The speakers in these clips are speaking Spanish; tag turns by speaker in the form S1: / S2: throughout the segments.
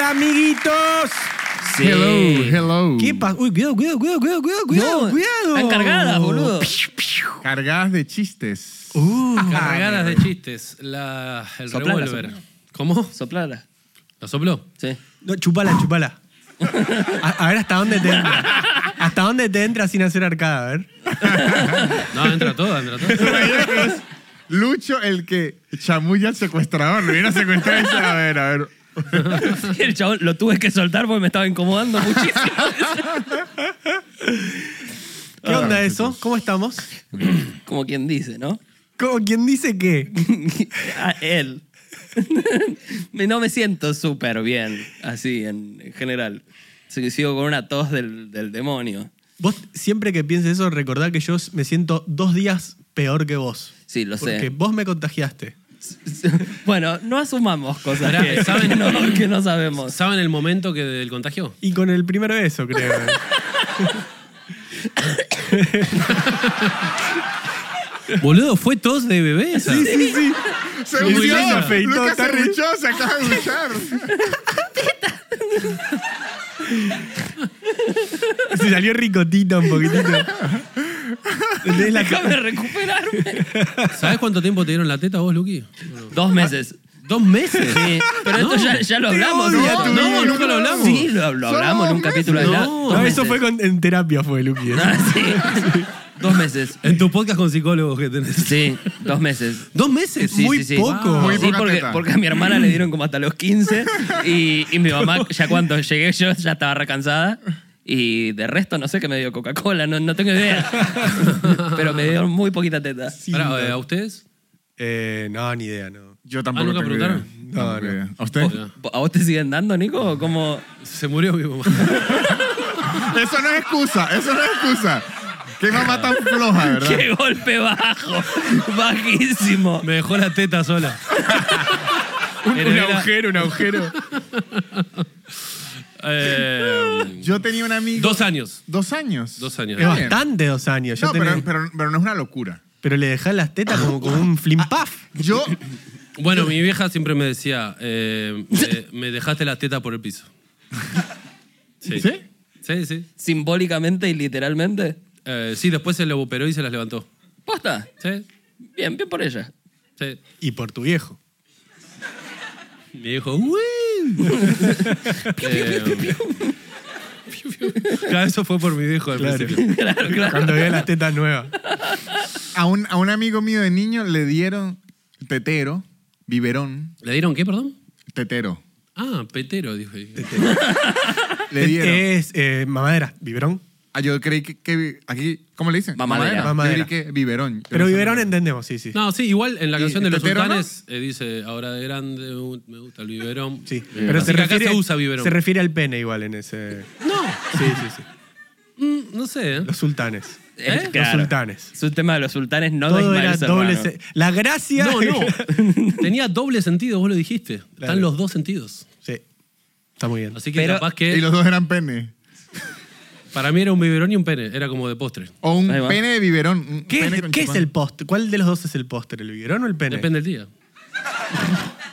S1: amiguitos. Eh,
S2: Sí.
S3: Hello, hello.
S1: ¿Qué pasa? Uy, cuidado, cuidado, cuidado, cuidado, cuidado, cuidado,
S2: No,
S1: cuidado.
S2: Están cargadas, boludo.
S3: Cargadas de chistes.
S1: Uh,
S2: Cargadas de chistes. La, el
S4: Soplala,
S2: revólver.
S4: soplala.
S2: ¿Cómo?
S4: Soplala.
S2: ¿La sopló?
S4: Sí.
S1: no, chupala, chupala. A, a ver hasta dónde te entra. ¿Hasta dónde te entra sin hacer arcada? A ver.
S2: No, entra todo, entra todo.
S3: Lucho, el que chamulla al secuestrador. Lo viene a secuestrar y dice, a ver, a ver.
S4: El chabón lo tuve que soltar porque me estaba incomodando muchísimo.
S3: Ah,
S1: ¿Qué onda eso? ¿Cómo estamos?
S4: Como quien dice, ¿no?
S1: ¿Cómo, ¿Quién dice qué?
S4: A él. Me- no me siento súper bien, así, en, en general. Así que sigo con una tos del, del demonio.
S1: Vos siempre que pienses eso, recordá que yo me siento dos días peor que vos.
S4: Sí, lo
S1: Porque
S4: sé.
S1: vos me contagiaste.
S4: Bueno, no asumamos cosas
S2: Pará,
S4: que,
S2: ¿saben?
S4: que no, que no sabemos.
S2: ¿Saben el momento que del contagio?
S1: Y con el primer beso, creo.
S2: Boludo, fue tos de bebé. esa?
S1: sí, sí.
S3: Se
S2: Muy
S3: huyó.
S2: bien, se
S1: afeitó,
S3: Lucas
S1: está
S3: se
S1: re-
S3: huyó, se acaba de luchar.
S1: Se salió ricotita un poquitito. Entonces la
S4: Déjame recuperarme.
S2: ¿Sabés cuánto tiempo te dieron la teta vos, Luqui?
S4: Dos meses.
S2: ¿Dos meses?
S4: Sí, pero esto
S2: No.
S4: ya, ya lo hablamos.
S1: odio,
S4: ¿no?
S1: tu
S2: No,
S1: vida.
S2: nunca lo hablamos.
S4: Sí, lo, lo hablamos en un
S3: Somos
S4: capítulo de la.
S2: No,
S4: dos
S1: No, eso
S4: meses.
S1: fue con- en terapia, fue, Luqui.
S4: Ah, sí. Dos meses.
S2: En tu podcast con psicólogos que tenés.
S4: Sí, dos meses.
S2: ¿Dos meses?
S4: Sí,
S1: Muy
S4: sí, sí.
S1: poco.
S3: Muy
S4: Este, sí,
S3: poca
S4: porque,
S3: teta.
S4: porque a mi hermana le dieron como hasta los 15 y, y mi mamá, ya cuando llegué yo, ya estaba recansada. Y de resto, no sé qué me dio Coca-Cola, no, no tengo idea. Pero me dieron muy poquita teta.
S2: Pará, eh, ¿A ustedes?
S1: Eh, no, ni idea, no.
S3: Yo
S2: tampoco
S3: tampoco
S2: ¿nunca tengo idea. preguntaron?
S1: No, no.
S3: ¿A usted?
S4: ¿A vos te siguen dando, Nico? Como
S2: Se murió mi mamá.
S3: Eso no es excusa, eso no es excusa. Qué mamá tan floja, ¿verdad?
S4: qué golpe bajo, bajísimo.
S2: Me dejó la teta sola. Heredera-
S1: un agujero.
S2: Eh,
S3: Yo tenía un amigo...
S2: dos años.
S3: Dos años.
S2: Dos años.
S1: Es
S3: Está bien.
S1: bastante dos años. Yo
S3: No,
S1: tenía-
S3: pero,
S1: pero,
S3: pero- pero no es una locura.
S1: le dejás las tetas como, como un flimpaf.
S3: Yo,
S2: Bueno, mi vieja siempre me decía, eh, me, me dejaste la teta por el piso. Sí.
S3: ¿Sí?
S2: Sí, sí.
S4: Simbólicamente y literalmente.
S2: Eh, sí, después se le operó y se las levantó.
S4: Posta.
S2: Sí,
S4: Bien, bien por ella.
S2: sí.
S1: Y por tu viejo.
S2: Me dijo, "Uy". Eh, Claro, eso fue por mi viejo al
S1: Claro.
S2: principio.
S4: Claro, claro.
S1: Cuando vea las tetas nuevas.
S3: a un, a un amigo mío de niño le dieron tetero, biberón,
S2: ¿Le dieron qué, perdón?
S3: tetero.
S2: Ah, petero, dije.
S3: Le dieron.
S1: Es eh, mamadera, biberón.
S3: Ah, yo creí que, que- aquí, ¿cómo le dicen?
S4: Mamadera.
S3: Yo
S1: Mamadera.
S3: creí que biberón. Yo
S1: Pero
S3: no sé.
S1: biberón entendemos, sí, sí.
S2: No, sí, igual en la
S3: ¿Y
S2: canción de los
S3: tetero no?
S2: sultanes eh, dice, ahora de grande uh, me gusta el biberón.
S1: Sí.
S2: Eh,
S1: Pero
S2: así
S1: se
S2: que acá
S1: refiere,
S2: se usa biberón.
S1: se refiere al pene igual en ese.
S2: no,
S1: Sí, sí, sí.
S2: mm, no sé. ¿eh?
S1: Los sultanes.
S4: Eh,
S1: Los
S4: claro.
S1: sultanes.
S4: Es un tema de los sultanes, no de
S1: Todo
S4: Ismael
S1: era doble.
S4: Serrano.
S1: se- La gracia.
S2: No, no. Tenía doble sentido, vos lo dijiste. Están
S1: Claro.
S2: los dos sentidos.
S1: sí. Está muy bien.
S2: Así que
S4: Pero-
S2: capaz
S3: Y
S2: que
S3: los dos eran pene.
S2: para mí era un biberón y un pene. Era como de postre.
S3: O un
S4: Ahí va.
S3: pene de biberón. un
S1: ¿Qué,
S3: pene
S1: es,
S3: con
S1: qué es
S3: chupón.
S1: el póster? ¿Cuál de los dos es el póster? ¿El biberón o el pene?
S2: Depende del día.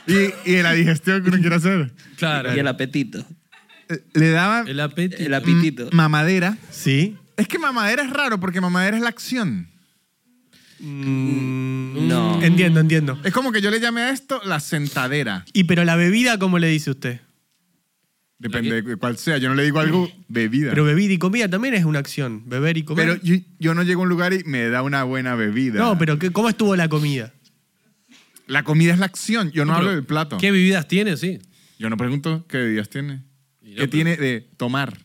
S3: Y, y de la digestión que uno quiere hacer.
S2: Claro.
S4: Y el apetito.
S3: Eh, Le daban
S2: El apetito.
S4: El apetito.
S3: mm, mamadera.
S1: Sí.
S3: Es que mamadera es raro porque mamadera es la acción.
S4: No.
S1: Entiendo, entiendo.
S3: Es como que yo le llamé a esto la sentadera.
S1: Y pero la bebida, ¿cómo le dice usted?
S3: Depende de cuál sea. Yo no le digo algo bebida.
S1: Pero
S3: Pero,
S1: bebida y comida también es una acción. Beber y comer.
S3: yo, yo no llego a un lugar y me da una buena bebida.
S1: no, pero ¿qué- ¿cómo estuvo la comida?
S3: La comida es la acción. Yo no, hablo del plato.
S2: ¿Qué bebidas tiene? Sí.
S3: Yo no pregunto qué bebidas tiene.
S2: Y no,
S3: ¿Qué
S2: pero-
S3: tiene de tomar?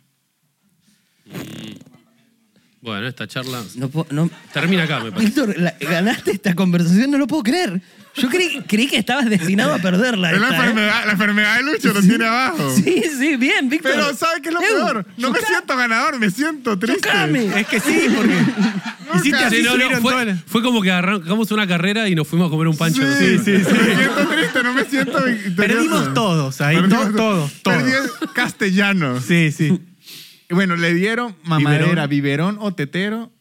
S2: Bueno, esta charla
S4: No puedo- no.
S2: termina acá, me parece.
S4: Víctor, la- ganaste esta conversación, no lo puedo creer. Yo creí, creí que estabas destinado a perderla.
S3: Es la
S4: esta, ¿eh?
S3: enfermedad, la enfermedad de Lucho, lo tiene abajo.
S4: Sí, sí, bien, Víctor.
S3: Pero ¿sabes qué es lo
S4: Eu,
S3: peor? No me
S4: chocá-
S3: siento ganador, me siento triste.
S4: chocame.
S1: Es que sí, porque. Hiciste
S3: Nunca.
S1: así,
S2: Sí, no, no,
S1: subieron todas
S2: fue,
S1: las-
S2: fue como que arrancamos una carrera y nos fuimos a comer un pancho.
S3: Sí, sí, sí. Me siento triste, no me siento victorioso.
S1: Perdimos todos ahí,
S3: Perdimos
S1: to- todos, todos.
S3: Perdí el castellano.
S1: Sí, sí.
S3: Y Bueno, le dieron mamadera, biberón o tetero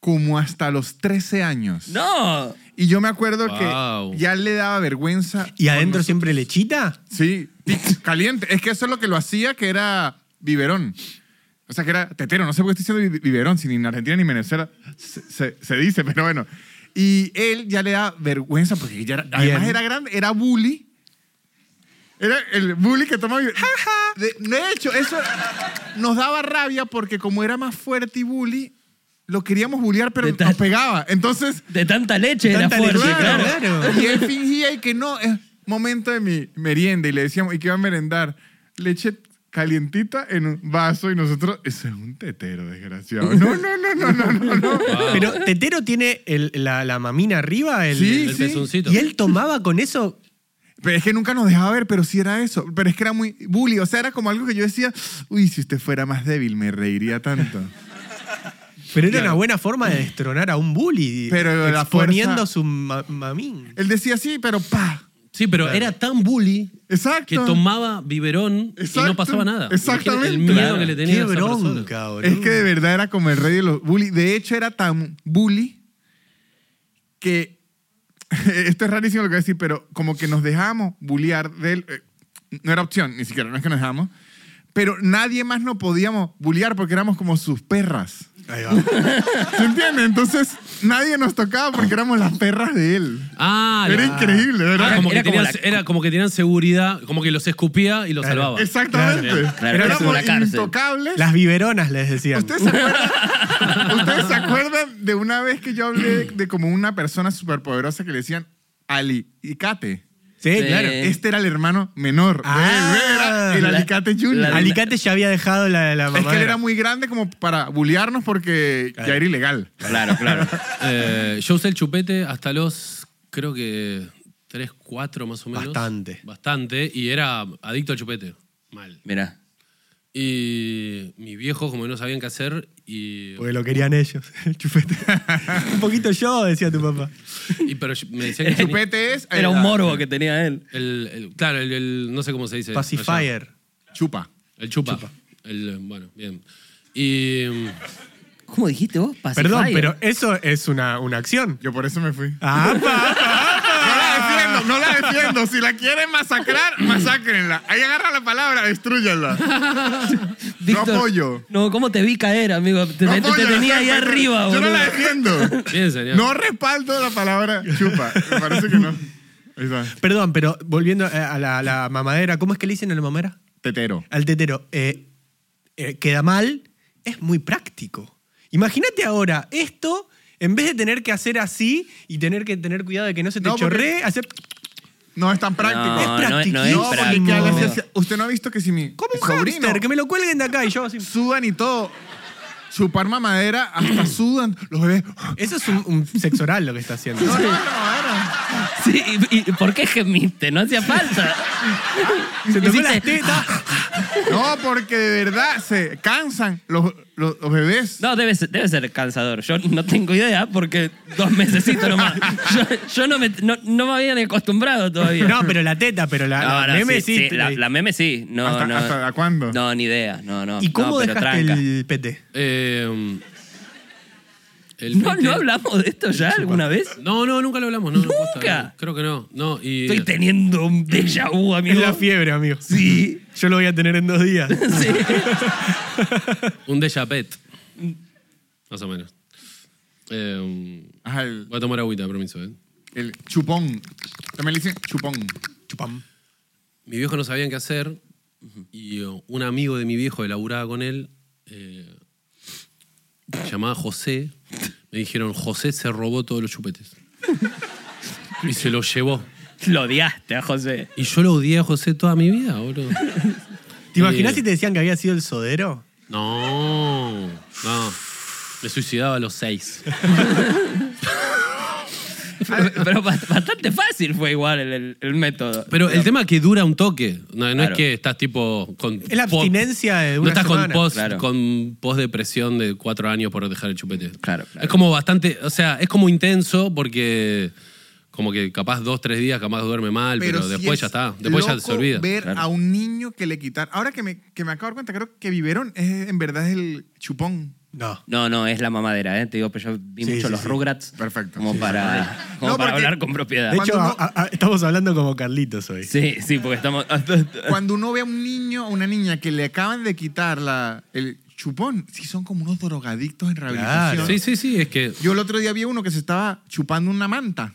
S3: como hasta los 13 años.
S4: No.
S3: Y yo me acuerdo
S2: Wow.
S3: que ya le daba vergüenza.
S1: ¿Y adentro siempre lechita?
S3: Sí, Caliente. Es que eso es lo que lo hacía, que era biberón. O sea, que era tetero. No sé por qué estoy diciendo bi- biberón, si ni en Argentina ni en Venezuela se, se- se dice, pero bueno. Y él ya le da vergüenza porque ya era- además
S1: Bien.
S3: era grande, era bully. Era el bully que toma biberón. De, de hecho, eso nos daba rabia porque como era más fuerte y bully, lo queríamos bullear, pero
S4: De tal-
S3: nos pegaba. Entonces,
S4: De tanta leche
S1: Tanta
S4: era fuerte,
S1: leche,
S4: claro.
S1: claro.
S3: y él fingía y que no, es momento de mi merienda. Y le decíamos, ¿y qué va a merendar? Leche calientita en un vaso y nosotros, eso es un tetero, desgraciado. No, no, no, no, no, no. no.
S1: Pero Tetero tiene el- la, la mamina arriba. El,
S3: Sí,
S1: el-
S2: El
S3: sí.
S2: pezoncito.
S1: Y él tomaba con eso.
S3: Pero es que nunca nos dejaba ver, pero sí era eso. Pero es que era muy bully. O sea, era como algo que yo decía, uy, si usted fuera más débil, me reiría tanto.
S1: Pero era una buena forma de destronar a un bully.
S3: Mm. Pero la
S1: exponiendo
S3: fuerza-
S1: su ma- mamín.
S3: Él decía sí, pero pa.
S2: Sí, pero era tan bully
S3: Exacto.
S2: que tomaba biberón y
S3: Exacto.
S2: no pasaba nada.
S3: Exactamente.
S2: El miedo
S4: Claro.
S2: que le tenía
S1: Qué
S2: a esa persona.
S1: bronca, boludo.
S3: Es que de verdad era como el rey de los bully. De hecho, era tan bully que. Esto es rarísimo lo que voy a decir, pero como que nos dejamos bullear de él. eh, No era opción, ni siquiera, no es que nos dejamos. Pero nadie más nos podíamos bullear porque éramos como sus perras.
S1: Ahí va.
S3: ¿Se entiende? Entonces nadie nos tocaba porque éramos las perras de él.
S2: Ah,
S3: Era
S2: la-
S3: increíble, ¿verdad?
S2: Ah, como
S4: Era
S2: que
S4: como
S2: tenían-
S4: la-
S2: era como que tenían seguridad, como que los escupía y los
S1: Claro.
S2: salvaba.
S3: Exactamente.
S4: claro, era como una
S3: éramos
S4: cárcel.
S3: intocables.
S1: Las biberonas les decían.
S3: ¿Ustedes se, acuerdan, ¿Ustedes se acuerdan de una vez que yo hablé de, de como una persona superpoderosa que le decían Ali y Kate?
S1: Sí,
S4: Sí.
S1: claro.
S4: Eh.
S3: Este era el hermano menor. de él,
S1: Ah,
S3: era el
S4: la-
S3: Alicate Junior.
S4: la-
S3: Ali-
S1: Alicante ya había dejado la, la
S3: es que él
S1: mamadera.
S3: era muy grande como para bullearnos porque ya era ilegal.
S4: Claro, claro.
S2: Eh, yo usé el chupete hasta los, creo que, 3, 4 más o menos.
S1: Bastante.
S2: Bastante. Y era adicto al chupete. Mal.
S4: Mirá.
S2: Y mis viejos, como que no sabían qué hacer, y,
S1: Porque lo querían ellos, el chupete. un poquito yo, decía tu papá.
S2: y- pero yo- me decían que tenía-
S3: Chupete es. eh,
S4: Era un morbo que tenía él.
S2: el, el- claro, el, el- no sé cómo se dice. allá.
S1: Pacifier.
S3: Chupa.
S2: El chupa. El, bueno, bien. Y
S4: ¿Cómo dijiste vos? Pacifier.
S1: Perdón, pero eso es una, una acción.
S3: Yo por eso me fui.
S1: ¡Apa!
S3: No la defiendo, no la defiendo. Si la quieren masacrar, masácrenla. Ahí agarra la palabra, destruyanla.
S4: Víctor,
S3: apoyo.
S4: No, ¿cómo te vi caer, amigo? Te,
S3: No
S4: te- te
S3: apoyo,
S4: tenía ahí
S3: exacto.
S4: arriba,
S3: Yo no
S4: boludo.
S3: la defiendo.
S2: bien, señor.
S3: No respaldo la palabra chupa. Me parece que no. Ahí está.
S1: Perdón, pero volviendo eh, a la, a la mamadera, ¿cómo es que le dicen a la mamadera?
S3: Tetero.
S1: Al tetero. Eh, eh, queda mal, es muy práctico. Imagínate ahora esto, en vez de tener que hacer así y tener que tener cuidado de que no se te
S3: No, porque-
S1: chorree, hacer
S3: No es tan práctico.
S4: No, no, es- no es
S1: practiquísimo.
S3: No, porque
S4: práctico.
S3: a la
S1: amigo.
S3: ciencia- usted no ha visto que si mi
S1: como un
S3: sobrino
S1: hámster, que me lo cuelguen de acá y yo así.
S3: sudan y todo, chupar mamadera, hasta sudan los bebés.
S1: Eso es un, un sexo oral lo que está haciendo.
S3: No, no, no, no.
S4: Sí, y, y ¿por qué gemiste? No hacía falta.
S1: Se tocó
S4: Hiciste-
S1: las tetas.
S3: No, porque de verdad se cansan los, los- los bebés.
S4: No, debe ser, debe ser cansador. Yo no tengo idea porque dos mesecitos nomás. Yo, yo no, me, no, no me había ni acostumbrado todavía.
S1: No, pero la teta, pero la, la
S4: Ahora,
S1: meme
S4: sí,
S1: sí.
S4: sí, la, la meme sí. No,
S3: ¿Hasta,
S4: no.
S3: hasta cuándo?
S4: No, ni idea. No, no.
S1: ¿Y cómo
S4: no, pero
S1: dejaste
S4: tranca.
S1: el PT?
S2: Eh, el
S4: No,
S2: pete-
S4: ¿No hablamos de esto ya alguna vez?
S2: No, no, nunca lo hablamos. No, no, posta,
S4: ¿Nunca?
S2: no. creo que no. No, y.
S4: Estoy teniendo un déjà vu,
S1: Es
S4: amigo.
S1: la fiebre, amigo.
S4: Sí.
S1: Yo lo voy a tener en dos días.
S4: Sí.
S2: Un déjà pet.
S4: Mm.
S2: Más o menos. Eh,
S3: Ajá, el,
S2: voy a tomar agüita, permiso. ¿eh?
S3: el chupón. También le dicen chupón.
S1: Chupam.
S2: Mis viejos no sabían qué hacer y eh, un amigo de mi viejo que laburaba con él, eh, se llamaba José, me dijeron, José se robó todos los chupetes. y se los llevó.
S4: Lo odiaste a José.
S2: Y yo lo odié a José toda mi vida, boludo.
S1: ¿Te imaginas
S2: Eh.
S1: si te decían que había sido el sodero?
S2: No, no. Me suicidaba a los seis.
S1: Ah,
S4: Pero ba- bastante fácil fue igual el, el- el método.
S2: Pero el tema es que dura un toque. No, no
S4: Claro.
S2: es que estás tipo con.
S1: Es la
S2: po-
S1: abstinencia de
S2: No
S1: una
S2: estás
S1: semana.
S2: con post,
S4: Claro.
S2: con post depresión de cuatro años por dejar el chupete.
S4: Claro, claro.
S2: Es como bastante, o sea, es como intenso porque como que capaz dos, tres días, capaz duerme mal, pero,
S3: sí
S2: después
S3: es
S2: ya está. Después ya se
S3: loco
S2: olvida.
S3: ver
S4: Claro.
S3: a un niño que le quitar. Ahora que me, que me acabo de dar cuenta, creo que biberón es, en verdad es el chupón.
S1: No.
S4: No, no, es la mamadera, ¿eh? Te digo, pero yo vi
S1: Sí,
S4: mucho
S1: sí,
S4: los
S1: sí.
S4: Rugrats.
S3: Perfecto.
S4: Como
S3: Sí,
S4: para, como
S3: No,
S4: para
S3: porque-
S4: hablar con propiedad.
S1: De hecho,
S3: Cuando uno-
S1: a- a- estamos hablando como Carlitos hoy.
S4: Sí, sí, porque estamos.
S3: Cuando uno ve a un niño o una niña que le acaban de quitar la, el chupón, sí son como unos drogadictos en rehabilitación.
S2: Sí, sí, sí, es que
S3: Yo el otro día vi uno que se estaba chupando una manta.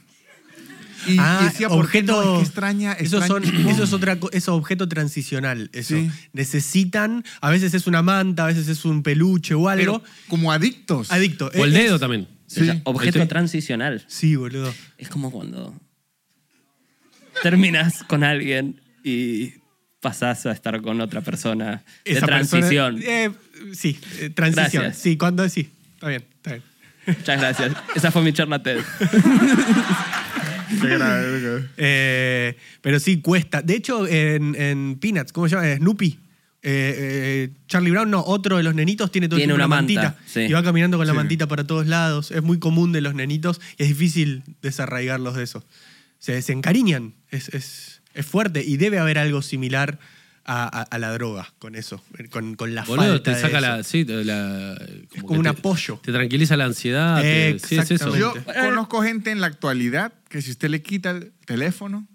S3: Y, y decía, ¿por qué no? Es que extraña,
S1: Eso, Ah, son,
S3: extraña-
S1: eso es otra, co- eso es objeto transicional. Eso.
S3: Sí.
S1: Necesitan, a veces es una manta, a veces es un peluche o
S3: Pero
S1: algo.
S3: como adictos.
S1: Adicto.
S2: o el
S1: Es-
S2: dedo también.
S3: Sí.
S4: objeto
S2: Ahí estoy.
S4: transicional.
S1: Sí, boludo.
S4: Es como cuando terminas con alguien y pasás a estar con otra persona de
S1: Esa persona-
S4: transición.
S1: Eh, sí, eh, transición.
S4: Gracias.
S1: Sí, cuando sí. Está bien, está bien.
S4: Muchas gracias. Esa fue mi charla TED.
S3: Qué grave.
S1: Eh, pero sí, cuesta. De hecho, en, en Peanuts, ¿cómo se llama? Snoopy. Eh, eh, Charlie Brown, no, otro de los nenitos tiene todo el
S4: Tiene
S1: tiempo
S4: una manta, sí.
S1: Y va caminando con la
S3: Sí.
S1: mantita para todos lados. Es muy común de los nenitos y es difícil desarraigarlos de eso. Se, se encariñan. Es, es- es fuerte y debe haber algo similar a, a- a la droga con eso, con, con la
S2: Boludo,
S1: falta
S2: te
S1: de
S2: saca
S1: eso.
S2: la. Sí, te- la
S1: como
S2: que
S1: un
S2: te-
S1: apoyo.
S2: Te tranquiliza la ansiedad. te- sí, es eso.
S1: Exactamente.
S3: Yo
S1: Exactamente.
S3: conozco gente en la actualidad que si usted le quita el teléfono,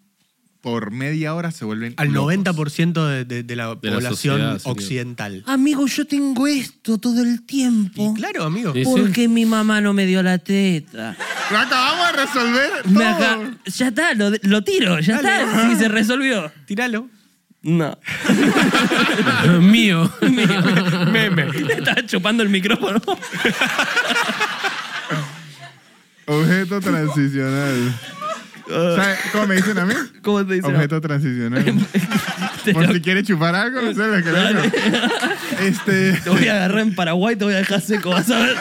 S3: por media hora se vuelven
S1: Al
S3: locos.
S1: 90% de, de- de la
S2: De la
S1: población
S2: sociedad, señor.
S1: occidental.
S4: Amigo, yo tengo esto todo el tiempo.
S1: Y claro, amigo.
S2: Sí, sí. porque
S4: mi mamá no me dio la teta.
S3: Lo acabamos de resolver todo.
S4: ya está, lo, lo tiro, ya
S1: Dale.
S4: está. Sí, se resolvió.
S1: Tíralo.
S4: No.
S2: Mío.
S1: Meme.
S4: Le estaba chupando el micrófono.
S3: Objeto transicional. ¿Sabes cómo me dicen a mí?
S4: ¿Cómo te dice?
S3: Objeto transicional. Por si quiere chupar algo, no sé lo que le digo. Este.
S4: Te voy a agarrar en Paraguay, te voy a dejar seco, vas a ver.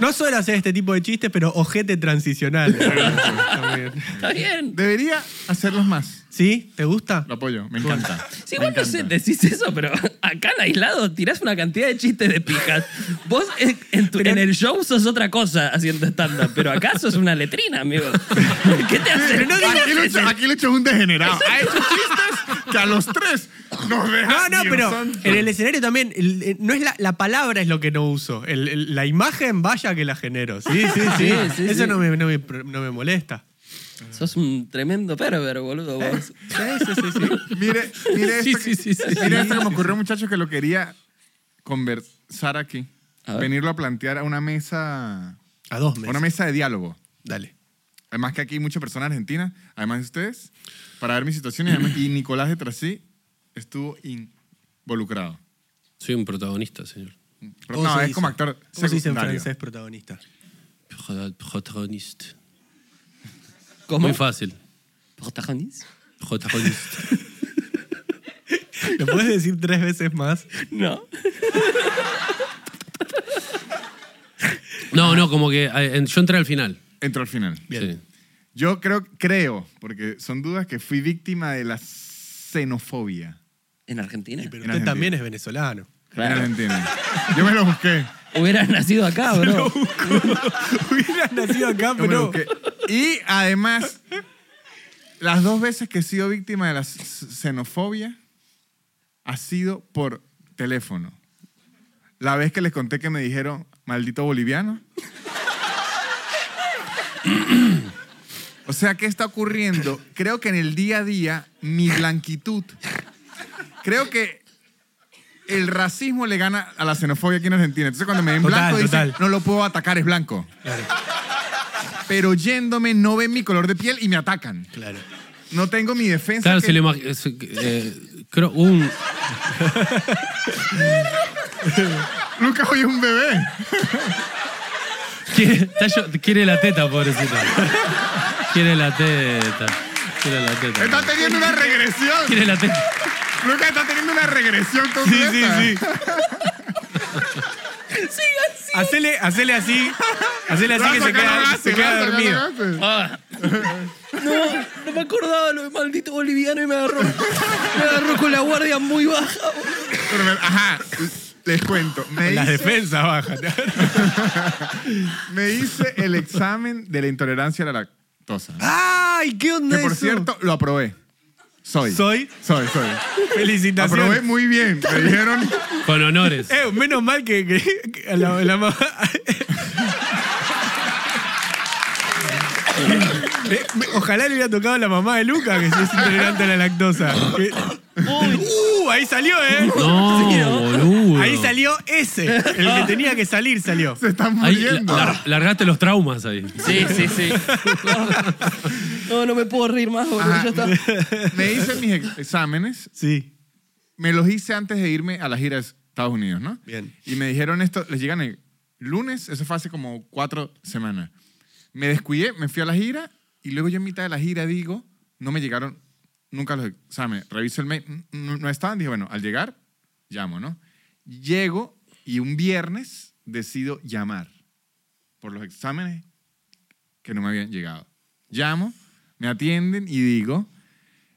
S1: No suelo hacer este tipo de chistes, pero ojete transicional. También.
S4: Está bien.
S3: Debería hacerlos más.
S1: ¿Sí? ¿Te gusta?
S3: Lo apoyo, me
S1: Pues,
S3: encanta.
S4: Sí,
S3: Me
S4: vos no sé,
S3: encanta.
S4: decís eso, pero acá en aislado tirás una cantidad de chistes de pijas. Vos en, en tu- en el show sos otra cosa haciendo stand-up, pero acá sos una letrina, amigo. ¿Qué te hace? No digas
S3: Aquí Lucho,
S4: eso.
S3: aquí Lucho es un degenerado. Ha hecho chistes que a los tres nos
S1: No,
S3: dejan.
S1: no,
S3: Dios
S1: pero
S3: santo.
S1: en el escenario también, el- el- no es la, la palabra es lo que no uso. El- el- la imagen vaya que la genero. Sí, sí, sí.
S4: Sí, sí,
S1: Eso
S4: sí.
S1: No, me, no me pr- no me molesta.
S4: Sos un tremendo perver, boludo. Vos.
S1: Sí, sí, sí, sí.
S3: Mire, mire
S2: Sí,
S3: esto.
S2: sí, sí, sí.
S3: Mire esto que me ocurrió, muchacho, que lo quería conversar aquí.
S4: A ver.
S3: Venirlo a plantear a una mesa.
S1: A dos
S3: Una
S1: meses.
S3: mesa de diálogo.
S1: Dale.
S3: Además que aquí hay muchas personas argentinas, además de ustedes, para ver mi situación. Y, además- y Nicolás de Trasí estuvo involucrado.
S2: Soy un protagonista, señor.
S3: Pero
S1: ¿Cómo
S3: no,
S1: se
S3: es
S1: dice?
S3: como actor
S1: ¿Cómo se dice en
S3: secundario.
S1: francés protagonista?
S2: Pro- Protagonista.
S4: ¿Cómo?
S2: Muy fácil.
S4: ¿Protagonista?
S2: Protagonista.
S1: ¿Lo puedes decir tres veces más?
S4: No.
S2: No, no, como que eh, en- yo entré al final.
S3: Entró al final.
S1: Bien.
S2: Sí.
S3: Yo creo, creo, porque son dudas, que fui víctima de la xenofobia
S4: ¿En Argentina?
S1: Pero
S3: En
S1: usted
S3: Argentina.
S1: también es venezolano.
S3: en
S4: Claro.
S3: Argentina. Yo me lo busqué.
S4: Hubieras nacido acá, bro.
S1: Hubiera nacido acá,
S3: Yo me lo
S1: pero...
S3: busqué. Y además, las dos veces que he sido víctima de la s- xenofobia ha sido por teléfono. La vez que les conté que me dijeron, maldito boliviano. o sea, ¿qué está ocurriendo? Creo que en el día a día, mi blanquitud, creo que el racismo le gana a la xenofobia aquí en Argentina. Entonces cuando me ven
S1: Total,
S3: blanco, dicen,
S1: total.
S3: no lo puedo atacar, es blanco
S1: Claro,
S3: pero yéndome no ven mi color de piel y me atacan.
S1: claro.
S3: No tengo mi defensa.
S2: Claro,
S3: que-
S2: se le imag- se- eh, creo un.
S3: Lucas hoy es un bebé.
S2: Quiere, está yo- quiere la teta, pobrecito. Quiere la teta. Quiere la teta.
S3: Está teniendo una regresión.
S2: Quiere la teta.
S3: Lucas está teniendo una regresión completa.
S1: Hacele, hacele así. Hacele así
S3: Raza,
S1: que se
S3: acá no
S1: queda,
S3: hace,
S1: se queda
S3: raza, acá
S1: dormido.
S3: no hace.
S4: Ah. No, no me acordaba lo de maldito boliviano y me agarró. Me agarró con la guardia muy baja.
S3: Pero me- Ajá, les cuento. Me
S1: Las
S3: hice,
S1: defensas bajan.
S3: me hice el
S1: Ah,
S3: examen de la intolerancia a la lactosa.
S1: ¡Ay, qué
S3: Que
S1: onda
S3: por
S1: eso?
S3: cierto, lo aprobé. Soy.
S1: Soy.
S3: Soy, soy.
S1: Felicitaciones.
S3: Aprobé muy bien. Me dijeron.
S2: Con honores.
S1: Eh, menos mal que, que- que a la, la mamá. Eh, me- Ojalá le hubiera tocado a la mamá de Luca, que sí es intolerante a la lactosa. Que- ¡Uh! Ahí salió, ¿eh!
S2: No,
S4: Sí, ¿no?
S2: boludo.
S1: Ahí salió ese. El que tenía que salir salió.
S3: Se están
S2: Ahí
S3: muriendo.
S2: la- lar- largaste los traumas ahí.
S4: Sí, sí, sí. No, no me puedo reír más, boludo.
S3: Ajá.
S4: Ya está.
S3: Me hice mis ex- exámenes.
S1: Sí.
S3: Me los hice antes de irme a la gira de Estados Unidos, ¿no?
S1: Bien.
S3: Y me dijeron esto. Les llegan el lunes. Eso fue hace como cuatro semanas. Me descuidé, me fui a la gira. Y luego yo en mitad de la gira digo, no me llegaron nunca los exámenes. Reviso el mail. n- No, no estaban. Dije, bueno, al llegar, llamo, ¿no? Llego y un viernes decido llamar por los exámenes que no me habían llegado. Llamo, me atienden y digo,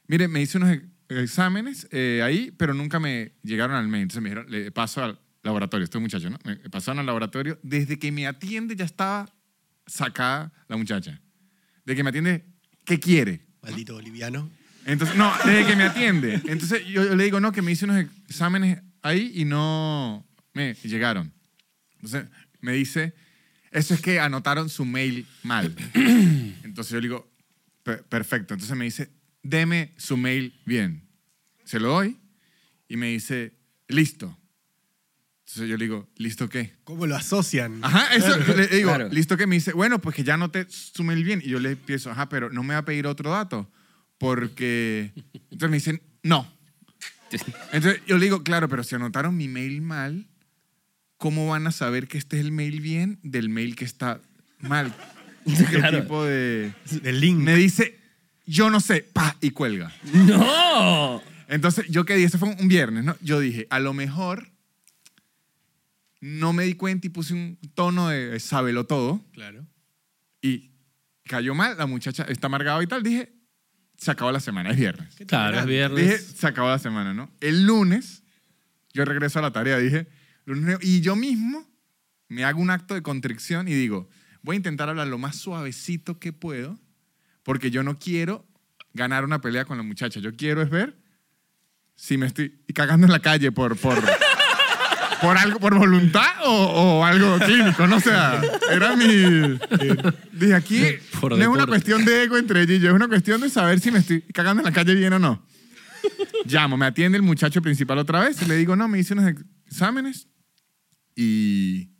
S3: mire, me hice unos ex- exámenes eh, ahí, pero nunca me llegaron al mail. Entonces me dijeron, le paso al laboratorio, este muchacho, ¿no? Me pasaron al laboratorio. Desde que me atiende ya estaba sacada la muchacha. Desde que me atiende, ¿qué quiere?
S1: Maldito boliviano.
S3: Entonces, no, desde que me atiende. Entonces yo, yo le digo, no, que me hice unos exámenes ahí y no me llegaron. Entonces me dice, eso es que anotaron su mail mal. Entonces yo le digo, "Per- perfecto. Entonces me dice, deme su mail bien. Se lo doy y me dice, listo. Entonces yo le digo, ¿listo qué?
S1: ¿Cómo lo asocian?
S3: Ajá, eso le digo,
S4: Claro.
S3: listo que me dice, bueno, pues que ya no te sume el bien. Y yo le empiezo, ajá, pero no me va a pedir otro dato. Porque. Entonces me dicen, no. Entonces yo le digo, claro, pero si anotaron mi mail mal, ¿cómo van a saber que este es el mail bien del mail que está mal? ¿Qué
S4: Claro.
S3: tipo de.?
S1: Del link.
S3: Me dice, yo no sé, pa, y cuelga.
S4: ¡No!
S3: Entonces, yo qué dije, eso fue un viernes, ¿no? Yo dije, a lo mejor no me di cuenta y puse un tono de sábelo todo
S1: Claro.
S3: y cayó mal, la muchacha está amargada y tal. Dije, se acabó la semana, es viernes.
S2: Claro, es
S3: Dije,
S2: viernes.
S3: se acabó la semana, ¿no? El lunes, yo regreso a la tarea, dije, lunes- y yo mismo me hago un acto de contrición y digo, voy a intentar hablar lo más suavecito que puedo, porque yo no quiero ganar una pelea con la muchacha, yo quiero es ver si me estoy cagando en la calle por... por ¿Por algo, por voluntad o, o algo clínico? No o sea, era mi... Dije, aquí
S2: Por
S3: no es una
S2: deporte.
S3: cuestión de ego entre ella y yo, es una cuestión de saber si me estoy cagando en la calle bien o no. Llamo, me atiende el muchacho principal otra vez y le digo, no, me hice unos exámenes y...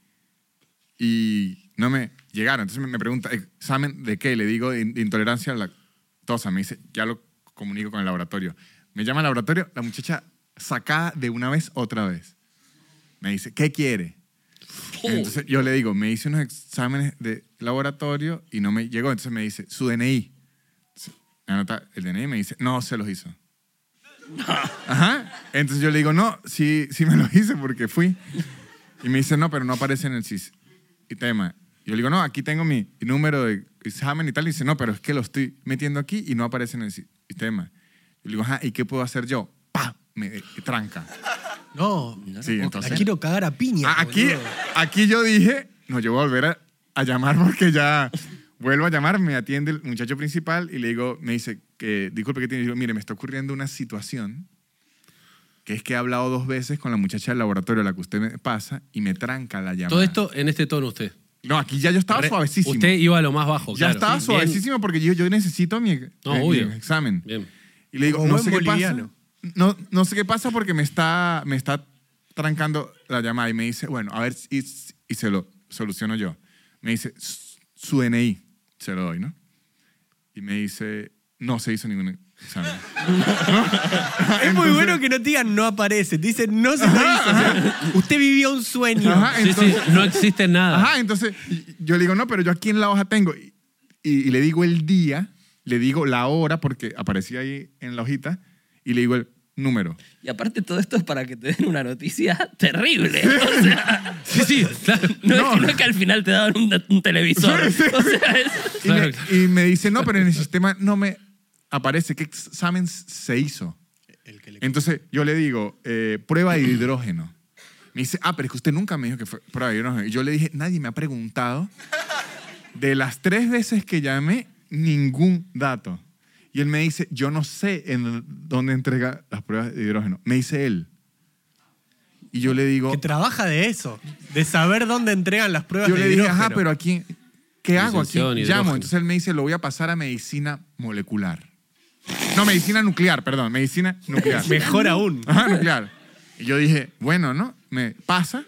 S3: Y no me llegaron. Entonces me- me pregunta, ¿examen de qué? Le digo, de in- de intolerancia a la lactosa. Me dice, ya lo comunico con el laboratorio. Me llama al laboratorio, la muchacha sacada de una vez otra vez. Me dice, ¿qué quiere? Entonces yo le digo, me hice unos exámenes de laboratorio y no me llegó. Entonces me dice, su DNI. Entonces, Me anota el DNI y me dice, no, se los hizo. Ajá. Entonces yo le digo, no, sí, sí me los hice porque fui. Y me dice, no, pero no aparece en el sistema. Yo le digo, no, aquí tengo mi número de examen y tal. Y dice, no, pero es que lo estoy metiendo aquí y no aparece en el sistema. Yo le digo, ajá, E ¿y qué puedo hacer yo? ¡Pah! Me eh, tranca.
S1: No.
S3: Sí, entonces.
S1: La quiero cagar a piña.
S3: A- Ah, Aquí,
S1: boludo.
S3: aquí yo dije, no, yo voy a volver a, a llamar porque ya vuelvo a llamar, me atiende el muchacho principal y le digo, me dice, que, disculpe que tiene, Y digo, mire, me está ocurriendo una situación que es que he hablado dos veces con la muchacha del laboratorio a la que usted me pasa y me tranca la llamada.
S2: Todo esto en este tono usted.
S3: No, aquí ya yo estaba
S2: Re-
S3: suavecísimo.
S2: Usted iba a lo más bajo.
S3: ya
S2: claro.
S3: estaba
S2: Bien.
S3: suavecísimo porque yo, yo necesito mi, eh,
S2: No,
S3: mi
S2: obvio.
S3: examen.
S2: Bien.
S3: Y le digo,
S1: Como
S3: no
S1: buen
S3: sé qué pasa.
S1: boliviano.
S3: No, no sé qué pasa porque me está, me está trancando la llamada. Y me dice, bueno, a ver, si- y, se lo soluciono yo. Me dice, "Su- su DNI, se lo doy, ¿no? Y me dice, no se hizo ningún examen.
S1: Es muy bueno que no te digan no aparece. Te dicen no se lo hizo. O sea, usted vivía un sueño.
S3: Ajá,
S2: Sí, sí,
S3: entonces,
S2: no existe nada.
S3: ajá, entonces y- yo le digo, no, pero yo aquí en la hoja tengo. Y, y- y le digo el día, le digo la hora, porque aparecía ahí en la hojita, y le digo el número.
S4: Y aparte todo esto es para que te den una noticia terrible. O sea,
S2: Sí, sí, claro.
S4: no, Es, que- no es que al final te daban un, un televisor. O sea, es...
S3: Y,
S2: Claro,
S3: me,
S2: claro.
S3: y me dice, no, pero en el sistema no me aparece qué examen se hizo.
S1: El que le-
S3: Entonces yo le digo, eh, prueba de hidrógeno. Me dice, ah, pero es que usted nunca me dijo que fue prueba de hidrógeno. Y yo le dije, nadie me ha preguntado. De las tres veces que llamé, ningún dato. Y él me dice, yo no sé en dónde entrega las pruebas de hidrógeno. Me dice él. Y yo le digo,
S1: Que trabaja de eso, de saber dónde entregan las pruebas
S3: yo
S1: de
S3: le dije,
S1: hidrógeno.
S3: ajá, pero aquí, ¿qué hago aquí?
S2: Licenciado en hidrógeno.
S3: Llamo. Entonces él me dice, lo voy a pasar a medicina molecular. No, medicina nuclear, perdón, medicina nuclear.
S1: Mejor aún.
S3: Ajá, nuclear. Y yo dije, bueno, ¿no? Me pasa.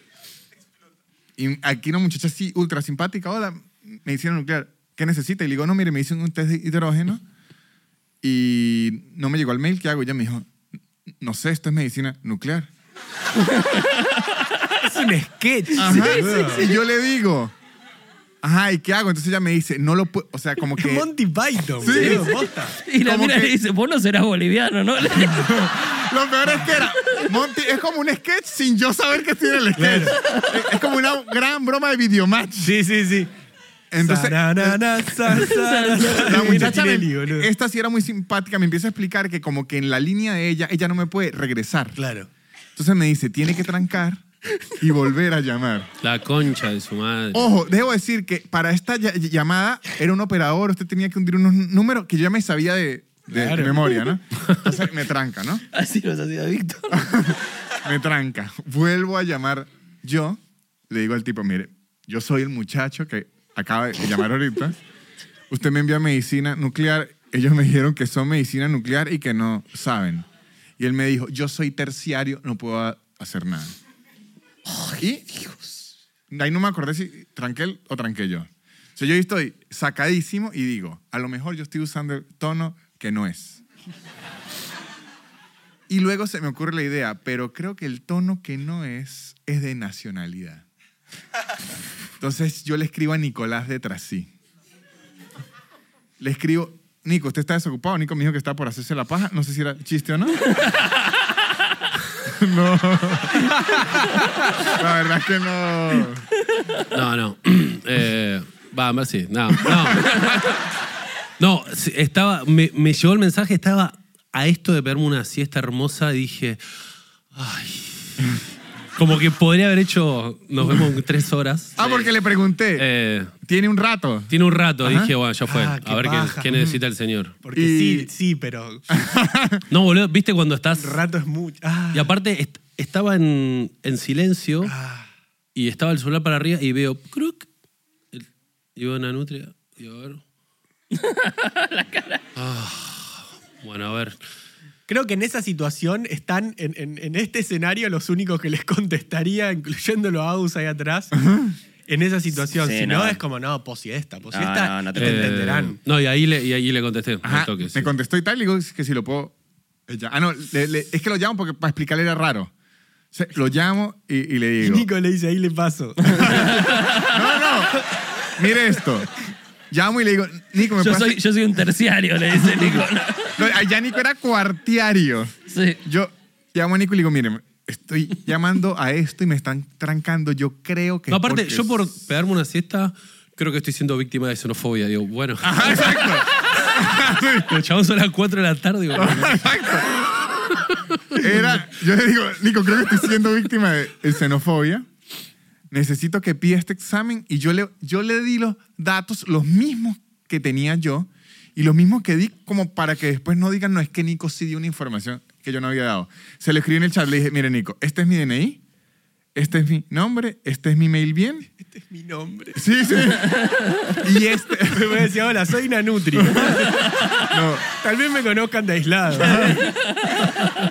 S3: Y aquí una muchacha así, ultra simpática, hola, medicina nuclear, ¿qué necesita? Y le digo, no, mire, me hicieron un test de hidrógeno y no me llegó el mail, ¿qué hago? Y ella me dijo, no sé, esto es medicina nuclear.
S1: Es un sketch.
S3: Ajá. Y yo le digo, ajá, ¿y qué hago? Entonces ella me dice, no lo puedo, o sea, como
S1: Es
S3: que...
S1: Monty Python,
S3: Sí.
S1: boludo, posta.
S4: Y la
S3: Como
S4: mira y
S3: que-
S4: le dice, vos no serás boliviano, ¿no?
S3: Lo peor es que era, Monty, es como un sketch sin yo saber que estoy en el sketch. Es, es como una gran broma de videomatch.
S1: Sí, sí, sí.
S3: Entonces, eh,
S1: Sararana, sa, sa, sa.
S3: La muchacha, me-
S1: Tinelli, boludo.
S3: esta sí era muy simpática, me empieza a explicar que como que en la línea de ella, ella no me puede regresar.
S1: Claro.
S3: Entonces me dice, tiene que trancar y volver a llamar.
S2: La concha de su madre.
S3: Ojo, debo decir que para esta ll- ll- llamada era un operador, usted tenía que hundir unos números que yo ya me sabía de, de
S1: Claro.
S3: memoria, ¿no? Entonces me tranca, ¿no?
S4: Así los hacía Víctor.
S3: Me tranca. Vuelvo a llamar yo, le digo al tipo, mire, yo soy el muchacho que acaba de llamar ahorita. Usted me envía medicina nuclear. Ellos me dijeron que son medicina nuclear y que no saben. Y él me dijo, yo soy terciario, no puedo a- hacer nada. y de ahí no me acordé si tranqué él o tranqué yo. O sea, yo ahí estoy sacadísimo y digo, a lo mejor yo estoy usando el tono que no es. Y luego se me ocurre la idea, pero creo que el tono que no es es de nacionalidad. Entonces yo le escribo a Nicolás de Trasí. Le escribo, Nico, ¿usted está desocupado? Nico me dijo que está por hacerse la paja. No sé si era chiste o no. no. La verdad es que no.
S2: No, no. Eh, Va, a ver si. No, no. No, sí, estaba. Me, me llegó el mensaje, estaba a esto de verme una siesta hermosa y dije. Ay. Como que podría haber hecho. Nos vemos en tres horas.
S3: Ah, porque le pregunté.
S2: Eh,
S3: Tiene un rato.
S2: tiene un rato,
S3: Ajá.
S2: dije, bueno, ya fue.
S1: Ah, qué
S2: a ver qué,
S1: paja.
S2: qué necesita el señor.
S1: Porque
S3: Y-
S1: sí, sí, pero
S2: No, boludo, viste cuando estás.
S1: rato es mucho. Ah,
S2: Y aparte, est- estaba en, en silencio
S1: ah.
S2: y estaba el celular para arriba y veo. Cruc, el- y veo una nutria. Y a ver. Ah, bueno, a ver.
S1: Creo que en esa situación están, en, en- en este escenario, los únicos que les contestaría, incluyéndolo a Agus ahí atrás, en esa situación.
S4: Sí,
S1: si no,
S4: no.
S1: es como, no, posi esta, posi
S4: No,
S1: esta,
S4: no, no
S1: y
S4: te
S1: te entenderán.
S2: Eh, no, y ahí le, y ahí le contesté. al
S3: Ajá,
S2: toque, sí.
S3: Me contestó y tal, y digo que si lo puedo. ella- Ah, no, le- le- es que lo llamo porque para explicarle era raro. O sea, lo llamo y, y le
S1: Y
S3: digo.
S1: Nico le dice, ahí le paso.
S3: No, no. Mire esto. Llamo y le digo, Nico, me
S4: Yo
S3: pasa.
S4: soy, yo soy un terciario, le dice Nico.
S3: allá Nico era cuartiario.
S4: Sí.
S3: Yo llamo a Nico y le digo, mire, estoy llamando a esto y me están trancando. Yo creo que.
S2: No,
S3: es
S2: aparte,
S3: porque-
S2: yo por pegarme una siesta, creo que estoy siendo víctima de xenofobia. Digo, bueno.
S3: Ajá, exacto.
S2: Los chavos son las 4 de la tarde. Digo, bueno.
S3: Exacto. Era, yo le digo, Nico, creo que estoy siendo víctima de xenofobia. Necesito que pida este examen y yo le, yo le di los datos, los mismos que tenía yo y los mismos que di como para que después no digan, no, es que Nico sí dio una información que yo no había dado. Se lo escribí en el chat, le dije, mire Nico, este es mi DNI, este es mi nombre, este es mi mail bien.
S1: este es mi nombre.
S3: Sí, sí. y este...
S1: Me voy a decir, hola, soy una Nutri.
S3: No.
S1: Tal vez me conozcan de aislado.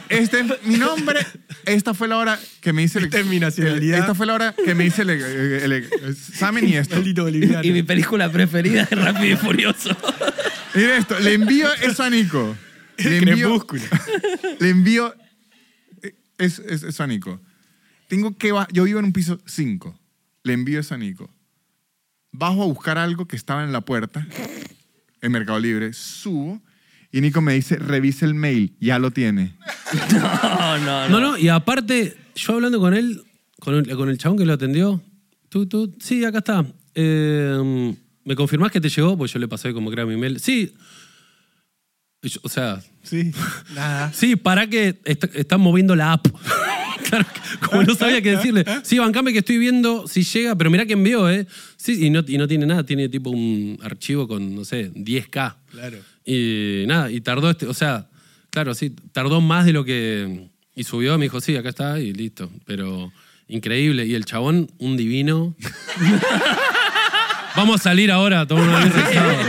S3: Este es mi nombre. Esta fue la hora que me hice el
S1: Esta es mi nacionalidad.
S3: Esta fue la hora que me hice el, el- el examen y esto.
S1: Maldito boliviano.
S4: Y mi película preferida es Rápido y Furioso.
S3: Mira esto. Le envío eso a Nico. Le
S1: El
S3: envío,
S1: crepúsculo.
S3: le envío eh, eso, eso- eso a Nico. Tengo que ba- yo vivo en un piso 5. Le envío eso a Nico. Bajo a buscar algo que estaba en la puerta en Mercado Libre. Subo y Nico me dice, revise el mail. Ya lo tiene.
S4: No, no, no.
S2: No, no, y aparte, yo hablando con él, con el, con el chabón que lo atendió, tú, tú, sí, acá está. Eh, ¿Me confirmás que te llegó? Pues yo le pasé como que era mi mail. Sí. Y yo, o sea,
S1: Sí, nada.
S2: sí, para que est- están moviendo la app. Claro, como no sabía qué decirle. Sí, bancame que estoy viendo si llega, pero mirá que envió, ¿eh? Sí, y no, y no tiene nada, tiene tipo un archivo con, no sé, 10K.
S1: Claro.
S2: Y nada, y tardó, este, o sea, claro, sí, tardó más de lo que. Y subió, me dijo, sí, acá está, y listo. Pero increíble. Y el chabón, un divino. Vamos a salir ahora, a tomar una birra el sábado.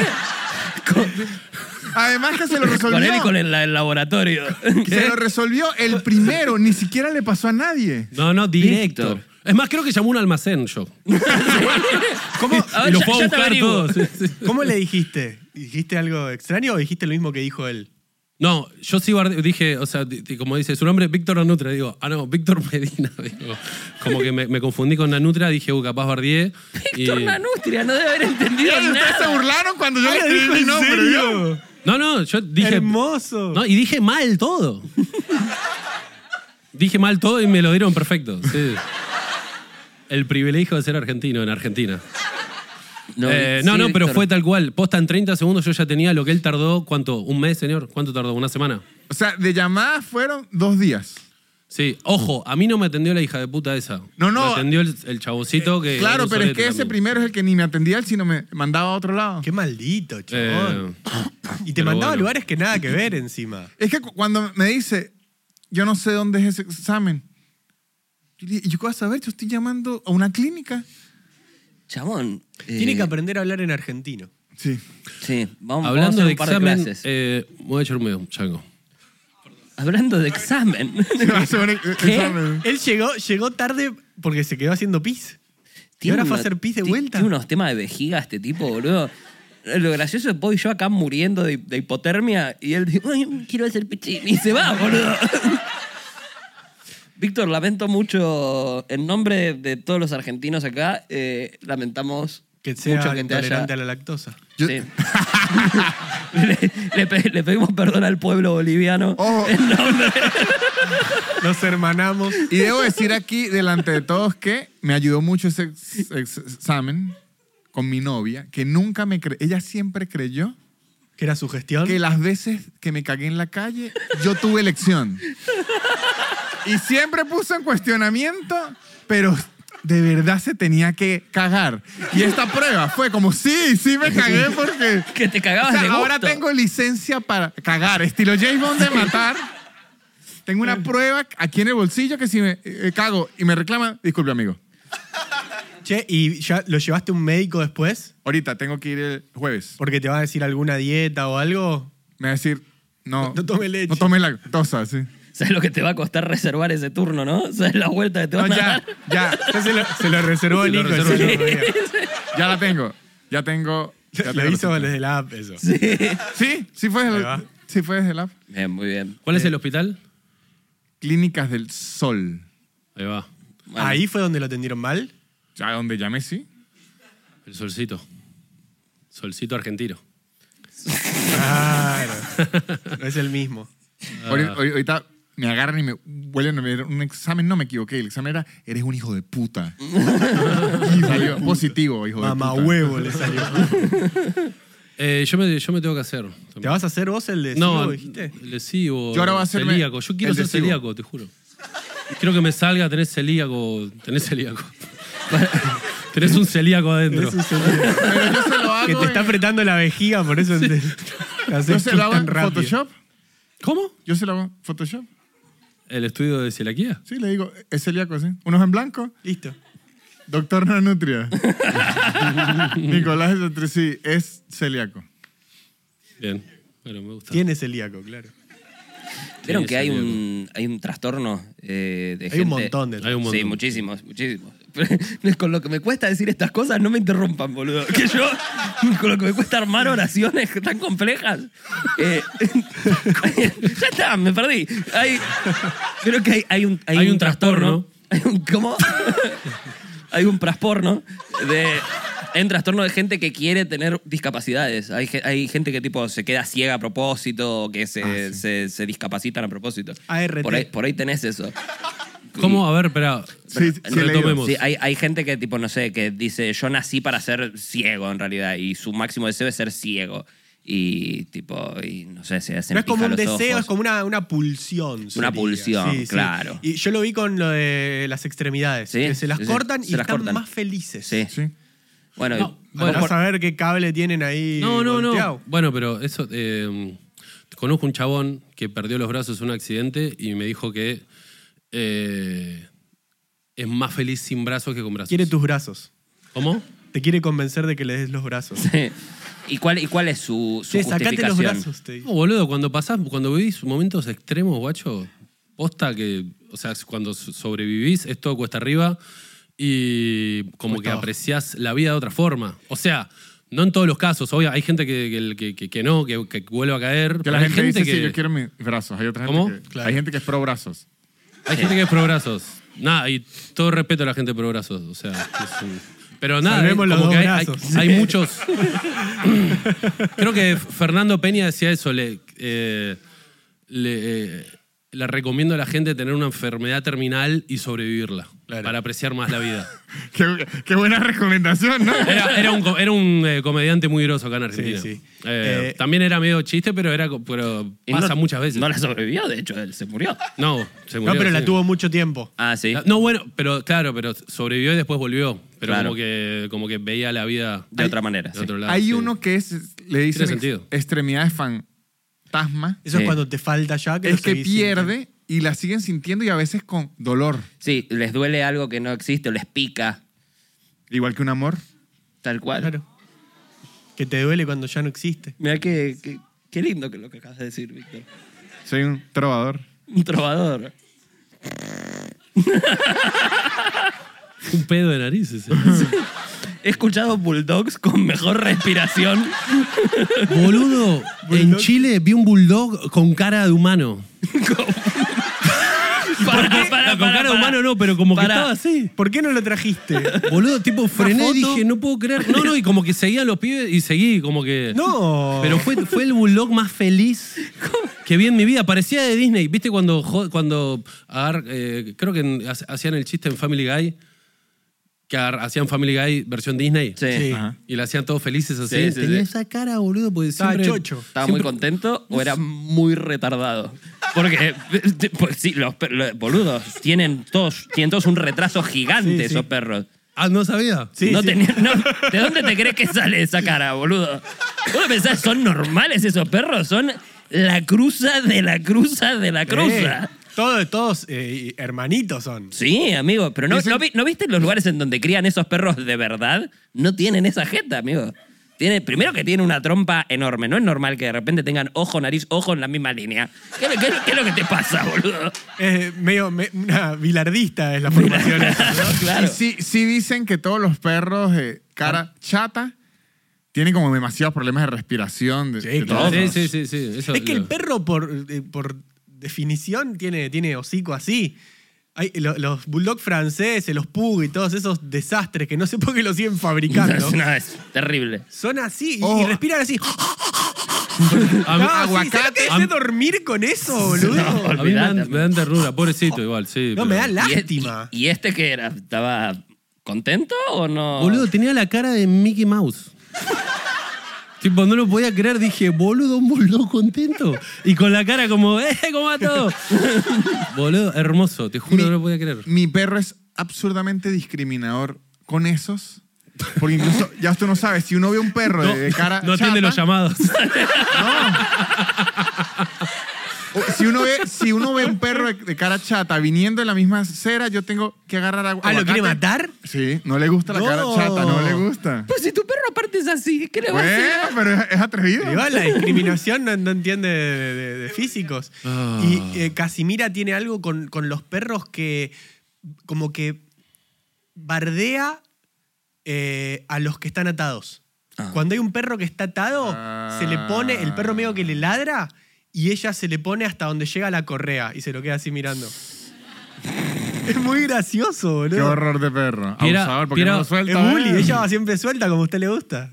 S3: Además que se lo resolvió.
S4: Con él y con el, la- el laboratorio.
S3: Se lo resolvió el primero, ni siquiera le pasó a nadie.
S2: No, no, directo.
S4: Víctor.
S2: Es más, creo que llamó un almacén yo. Ah,
S1: ¿Cómo,
S4: A
S2: y
S4: ver,
S2: lo
S4: ya-
S2: fue a
S4: ya te
S2: buscar
S4: averiguo.
S2: todos. Sí, sí.
S1: ¿Cómo le dijiste? ¿Dijiste algo extraño o dijiste lo mismo que dijo él?
S2: No, yo sí guardé- dije, o sea, di- di- como dice, su nombre es Víctor Anutra. Digo, ah, no, Víctor Medina. Digo, como que me, me confundí con Anutra, dije, uh, capaz bardié. Y-
S4: Víctor Nanustria, no debe haber entendido
S3: Y ustedes se
S4: nada.
S3: burlaron cuando yo le
S1: Ah,
S3: escribí mi
S1: ¿en
S3: nombre. yo.
S1: serio?
S2: No, no, yo dije.
S1: Hermoso.
S2: No, y dije mal todo. dije mal todo y me lo dieron perfecto. sí. El privilegio de ser argentino en Argentina.
S4: No,
S2: Eh,
S4: sí,
S2: no, no, pero
S4: Víctor.
S2: fue tal cual. Posta en 30 segundos yo ya tenía lo que él tardó. ¿Cuánto? ¿Un mes, señor? ¿Cuánto tardó? ¿Una semana?
S3: O sea, de llamadas fueron dos días.
S2: Sí, ojo, a mí no me atendió la hija de puta esa.
S3: No, no. Eh,
S2: Me atendió el, el chaboncito que. era
S3: claro,
S2: un
S3: pero es
S2: sorete
S3: que ese
S2: también.
S3: primero es el que ni me atendía él, sino me mandaba a otro lado.
S1: Qué maldito,
S2: Eh,
S1: chabón. y te
S2: pero
S1: mandaba a
S2: bueno.
S1: lugares que nada que ver encima.
S3: Es que cu- cuando me dice, yo no sé dónde es ese examen. Yo le dije, ¿y yo qué vas a saber? Yo estoy llamando a una clínica.
S4: Chabón. eh,
S1: Tiene que aprender a hablar en argentino.
S3: Sí.
S4: Sí, vamos, vamos a
S2: hablando
S4: hacer
S2: de
S4: un par de
S2: examen,
S4: clases.
S2: eh, voy a echar un medio, chango.
S4: Hablando de examen.
S3: Va a hacer un ex-
S4: ¿Qué?
S3: examen.
S1: Él llegó, llegó tarde porque se quedó haciendo pis. Y ahora fue a
S4: uno-
S1: hacer pis de
S4: ti-
S1: vuelta.
S4: Tiene unos temas de vejiga este tipo, boludo. Lo gracioso es Bob y yo acá muriendo de, de hipotermia y él dice, "Ay, quiero hacer pichín. Y se va, boludo. Víctor, lamento mucho, en nombre de, de todos los argentinos acá, eh, lamentamos
S1: Que sea
S4: mucho que te haya...
S1: intolerante a la lactosa.
S3: Yo-
S4: Sí. le, le pe- le pedimos perdón al pueblo boliviano.
S3: Ojo.
S4: En nombre-
S1: Nos hermanamos.
S3: Y debo decir aquí, delante de todos, que me ayudó mucho ese ex- ex- examen con mi novia, que nunca me creyó. Ella siempre creyó
S1: Que era su gestión.
S3: que las veces que me cagué en la calle, yo tuve elección. Y siempre puso en cuestionamiento, pero de verdad se tenía que cagar. Y esta prueba fue como, sí, sí me cagué porque...
S4: que te
S3: O
S4: cagabas
S3: sea,
S4: de gusto.
S3: ahora tengo licencia para cagar, estilo James Bond de matar. Tengo una prueba aquí en el bolsillo que si me eh, cago y me reclaman, disculpe amigo,
S1: Che, ¿y ya lo llevaste a un médico después?
S3: ahorita tengo que ir el jueves.
S1: Porque te va a decir alguna dieta o algo.
S3: Me va a decir, no,
S1: No tome leche.
S3: No tome lactosa, sí.
S4: ¿Sabes lo que te va a costar reservar ese turno, no? ¿Sabes la vuelta que te
S3: No,
S4: van a
S3: ya,
S4: dar?
S3: ya,
S1: Ya se lo, se lo reservó
S2: Se lo
S1: Nico.
S2: reservó
S1: ese
S2: yo.
S1: otro día.
S3: ya la tengo. Ya tengo. ya tengo
S1: Lo hizo
S3: receta.
S1: desde la app eso.
S3: Sí, sí fue desde
S1: Ahí
S3: la-
S1: va.
S3: sí fue desde la
S4: Bien, muy bien.
S2: ¿Cuál
S3: Eh.
S2: es el hospital?
S3: Clínicas del Sol.
S2: Ahí va,
S4: Bueno,
S1: Ahí fue donde lo atendieron mal.
S3: ¿A dónde llamé, sí?
S2: el solcito. Solcito argentino.
S1: Claro. No es el mismo. Ah.
S3: Ahori- ahori- Ahorita me agarran y me vuelven a ver un examen. No me equivoqué. El examen era, eres un hijo de puta. Y salió positivo, hijo
S1: Mamá
S3: de puta.
S1: huevo le salió.
S2: Eh, yo, me, yo me tengo que hacer.
S1: ¿Te vas a hacer vos el de
S2: No,
S1: Sigo, dijiste?
S2: el lesivo.
S3: Yo ahora voy a hacerme
S2: celíaco. Yo quiero
S3: el de
S2: ser
S3: Sigo.
S2: celíaco, te juro. Quiero que me salga tener celíaco. Tenés celíaco. tenés un celíaco adentro.
S1: Eso es el-
S3: Pero yo se lo hago
S1: que te está
S3: en,
S1: apretando la vejiga, por eso te, te haces
S3: yo se lo hago
S1: tan
S3: en
S1: rápido.
S3: Photoshop.
S2: ¿Cómo?
S3: Yo se lo hago en Photoshop.
S2: ¿El estudio de celiaquía?
S3: Sí, le digo, es celíaco, sí. Unos en blanco.
S1: Listo.
S3: Doctor no nutria. Nicolás de sí, es celíaco.
S2: Bien. Bueno, me gusta.
S1: Tiene celíaco, claro.
S2: Este,
S4: ¿Vieron
S2: Sí,
S4: que hay
S2: salió.
S4: un, hay un trastorno eh, de
S1: Hay
S4: gente?
S1: un montón de...
S2: Hay un montón.
S4: Sí, muchísimos, muchísimos. Con lo que me cuesta decir estas cosas, no me interrumpan, boludo. Que yo, con lo que me cuesta armar oraciones tan complejas. eh, ya está, me perdí. Hay- creo que hay, hay un,
S2: Hay un trastorno.
S4: Hay un, ¿Cómo? hay un prasporno de. Hay un trastorno de gente que quiere tener discapacidades. Hay, ge- hay gente que tipo se queda ciega a propósito, o que se,
S1: Ah,
S4: se- se discapacitan a propósito.
S1: ART.
S4: Por ahí, por ahí tenés eso.
S2: ¿Cómo? A ver, espera.
S3: Sí, sí, le digo.
S2: retomemos.
S4: Sí, hay, hay gente que, tipo, no sé, que dice, yo nací para ser ciego en realidad y su máximo deseo es ser ciego. y tipo, y no sé, se hacen
S1: No es como
S4: pija
S1: un
S4: los
S1: deseo,
S4: ojos.
S1: es como una, una pulsión. sería.
S4: pulsión, claro.
S1: Y yo lo vi con lo de las extremidades.
S4: Sí,
S1: que se las
S4: sí, sí,
S1: cortan y
S4: se las
S1: están
S4: cortan.
S1: más felices.
S4: Sí.
S3: Sí.
S4: Bueno,
S2: No,
S4: y-
S2: bueno,
S1: Andá
S2: por-
S1: a saber qué cable tienen ahí.
S2: No, no, no.
S1: volteado.
S2: Bueno, pero eso. eh, conozco un chabón que perdió los brazos en un accidente y me dijo que eh, es más feliz sin brazos que con brazos.
S1: Quiere tus brazos.
S2: ¿Cómo?
S1: Te quiere convencer de que le des los brazos.
S4: ¿Y cuál, ¿Y cuál es su, su
S1: Che, sacate los
S4: justificación?
S1: brazos. Te dice.
S2: No, boludo, cuando pasás, cuando vivís momentos extremos, guacho, posta que. O sea, cuando so- sobrevivís, es todo cuesta arriba y como
S1: Cuesta
S2: que
S1: abajo.
S2: apreciás la vida de otra forma. O sea. No en todos los casos, obvio, hay gente que, que- que- que no, que, que vuelve a caer.
S3: Que la
S2: pero hay
S3: gente, dice, sí, yo quiero mis brazos. Hay otra gente
S2: ¿Cómo?
S3: que...
S1: Claro.
S3: Hay gente que es pro brazos.
S2: Hay gente que es pro brazos. Nada, y todo respeto a la gente pro brazos. O sea, es un- pero nada,
S1: Salvemos
S2: eh,
S1: los
S2: como
S1: dos
S2: que hay, hay-
S1: brazos.
S2: hay muchos. Creo que Fernando Peña decía eso. Le, eh, le, eh, le recomiendo a la gente tener una enfermedad terminal y sobrevivirla para apreciar más la vida.
S3: Qué, qué buena recomendación, ¿no?
S2: Era, era un, co- era un, eh, comediante muy groso acá en Argentina.
S1: sí.
S2: Eh,
S1: Eh,
S2: también era medio chiste, pero, era, co- pero
S4: Y
S2: pasa
S4: no-
S2: muchas veces.
S4: No
S2: No,
S4: la sobrevivió, de hecho, él se murió.
S2: se
S1: No,
S2: murió,
S1: pero la
S2: sí.
S1: tuvo mucho tiempo.
S4: Ah, sí.
S2: No, bueno, pero claro, pero sobrevivió y después volvió. Pero
S4: Claro.
S2: como, que, como que veía la vida
S4: De otra manera,
S2: de
S4: sí.
S2: otro lado,
S3: Hay
S2: sí.
S3: uno que es, le
S2: Tiene
S3: dicen ex-
S2: sentido.
S3: extremidades fantasma.
S1: Eso
S4: Sí.
S1: es cuando te falta ya. Que
S3: es
S1: lo
S3: que
S1: seguís sintiendo.
S3: pierde y la siguen sintiendo y a veces con dolor.
S4: Sí, les duele algo que no existe o les pica,
S3: Igual que un amor.
S4: tal cual.
S1: Claro. Que te duele cuando ya no existe.
S4: Mira qué, qué, qué lindo que lo que acabas de decir, Víctor.
S3: Soy un trovador.
S4: Un trovador.
S2: Un pedo de narices. eh.
S4: He escuchado bulldogs con mejor respiración.
S2: Boludo, en Chile vi un bulldog con cara de humano.
S4: Para,
S2: No, con cara de humano no, pero como que
S4: Para.
S2: estaba así.
S1: ¿Por qué no lo trajiste?
S2: Boludo, tipo frené y
S1: foto?
S2: dije, no puedo creer. No, no, y como que seguían los pibes y seguí, como que.
S1: No. Eh,
S2: Pero fue, fue el bulldog más feliz que vi en mi vida. Parecía de Disney. ¿Viste cuando, jo- cuando agar- eh, creo que en- ha- hacían el chiste en Family Guy? Que agar- hacían Family Guy versión Disney.
S4: Sí.
S1: Sí.
S3: Ajá.
S2: Y la hacían todos felices así.
S4: Sí, sí,
S2: Tenía
S4: sí.
S2: esa cara, boludo, porque
S1: Estaba
S2: siempre...
S1: chocho.
S4: ¿Estaba muy contento o era muy retardado? Porque, pues, sí, los, per- los boludos tienen todos, tienen todos un retraso gigante,
S1: Sí, sí.
S4: esos perros.
S2: Ah, ¿no sabía?
S1: Sí,
S4: no
S1: sí.
S4: tenía- no- ¿De dónde te crees que sale esa cara, boludo? ¿Vos pensás, son normales esos perros? Son la cruza de la cruza de la cruza.
S1: Eh, todos, todos eh, hermanitos son.
S4: Sí, amigo, pero no,
S3: Dicen-
S4: ¿no vi- ¿no viste los lugares en donde crían esos perros de verdad? No tienen esa jeta, amigo. Tiene, primero que tiene una trompa enorme. No es normal que de repente tengan ojo, nariz, ojo en la misma línea. ¿Qué, es lo- qué es lo- qué es lo que te pasa, boludo?
S1: Eh, medio me- una bilardista es la formación. esa, ¿no?
S4: Claro.
S3: Y sí, sí dicen que todos los perros de cara chata tienen como demasiados problemas de respiración. De,
S1: Sí,
S3: de
S1: claro.
S3: todo.
S2: Sí, sí, sí. sí, eso
S1: Es que el
S2: lo-
S1: perro, por, eh, por definición, tiene, tiene hocico así. Hay, lo- los bulldog franceses, los pug y todos esos desastres que no sé por qué lo siguen fabricando.
S4: Es, no, es terrible.
S1: Son así y,
S3: Oh.
S1: y respiran así.
S2: A mí-
S1: No, sí, ¿sabes
S3: aguacate.
S1: qué sé dormir con eso, boludo?
S2: A mí me dan,
S4: Olvidate,
S2: me dan ternura, pobrecito igual, sí.
S1: No,
S2: pero-
S1: me da
S4: Y es-
S1: lástima.
S4: ¿Y, y este que era? ¿Estaba contento o no?
S2: Boludo, tenía la cara de Mickey Mouse. tipo, no lo podía creer, dije, boludo, un boludo contento. Y con la cara como, ¡eh, cómo va todo! boludo, hermoso, te juro,
S3: Mi-
S2: no lo podía creer.
S3: Mi perro es absurdamente discriminador con esos. Porque incluso ya tú no sabes, si uno ve un perro de, de cara
S2: no atiende
S3: chata,
S2: los llamados.
S3: O si uno ve, si uno ve un perro de, de cara chata viniendo en la misma acera, yo tengo que agarrar agua.
S1: Ah, ¿lo quiere
S3: aguacate.
S1: matar?
S3: Sí, no le gusta la
S1: No.
S3: cara chata, no le gusta.
S4: Pues si tu perro aparte es así, ¿qué le vas a hacer?
S3: Bueno, pero es, es atrevido.
S1: Igual la discriminación no, no entiende de, de- de físicos.
S2: Ah.
S1: Y eh, Casimira tiene algo con, con los perros que como que bardea eh, a los que están atados. Cuando hay un perro que está atado,
S3: Ah.
S1: se le pone, el perro medio que le ladra y ella se le pone hasta donde llega la correa y se lo queda así mirando. es muy gracioso, boludo.
S3: Qué horror de perro.
S2: Piera-
S3: Abusador, porque
S2: Piera-
S3: no lo
S1: Es
S3: suelta.
S1: bully,
S3: eh?
S1: ella va siempre suelta como a usted le gusta.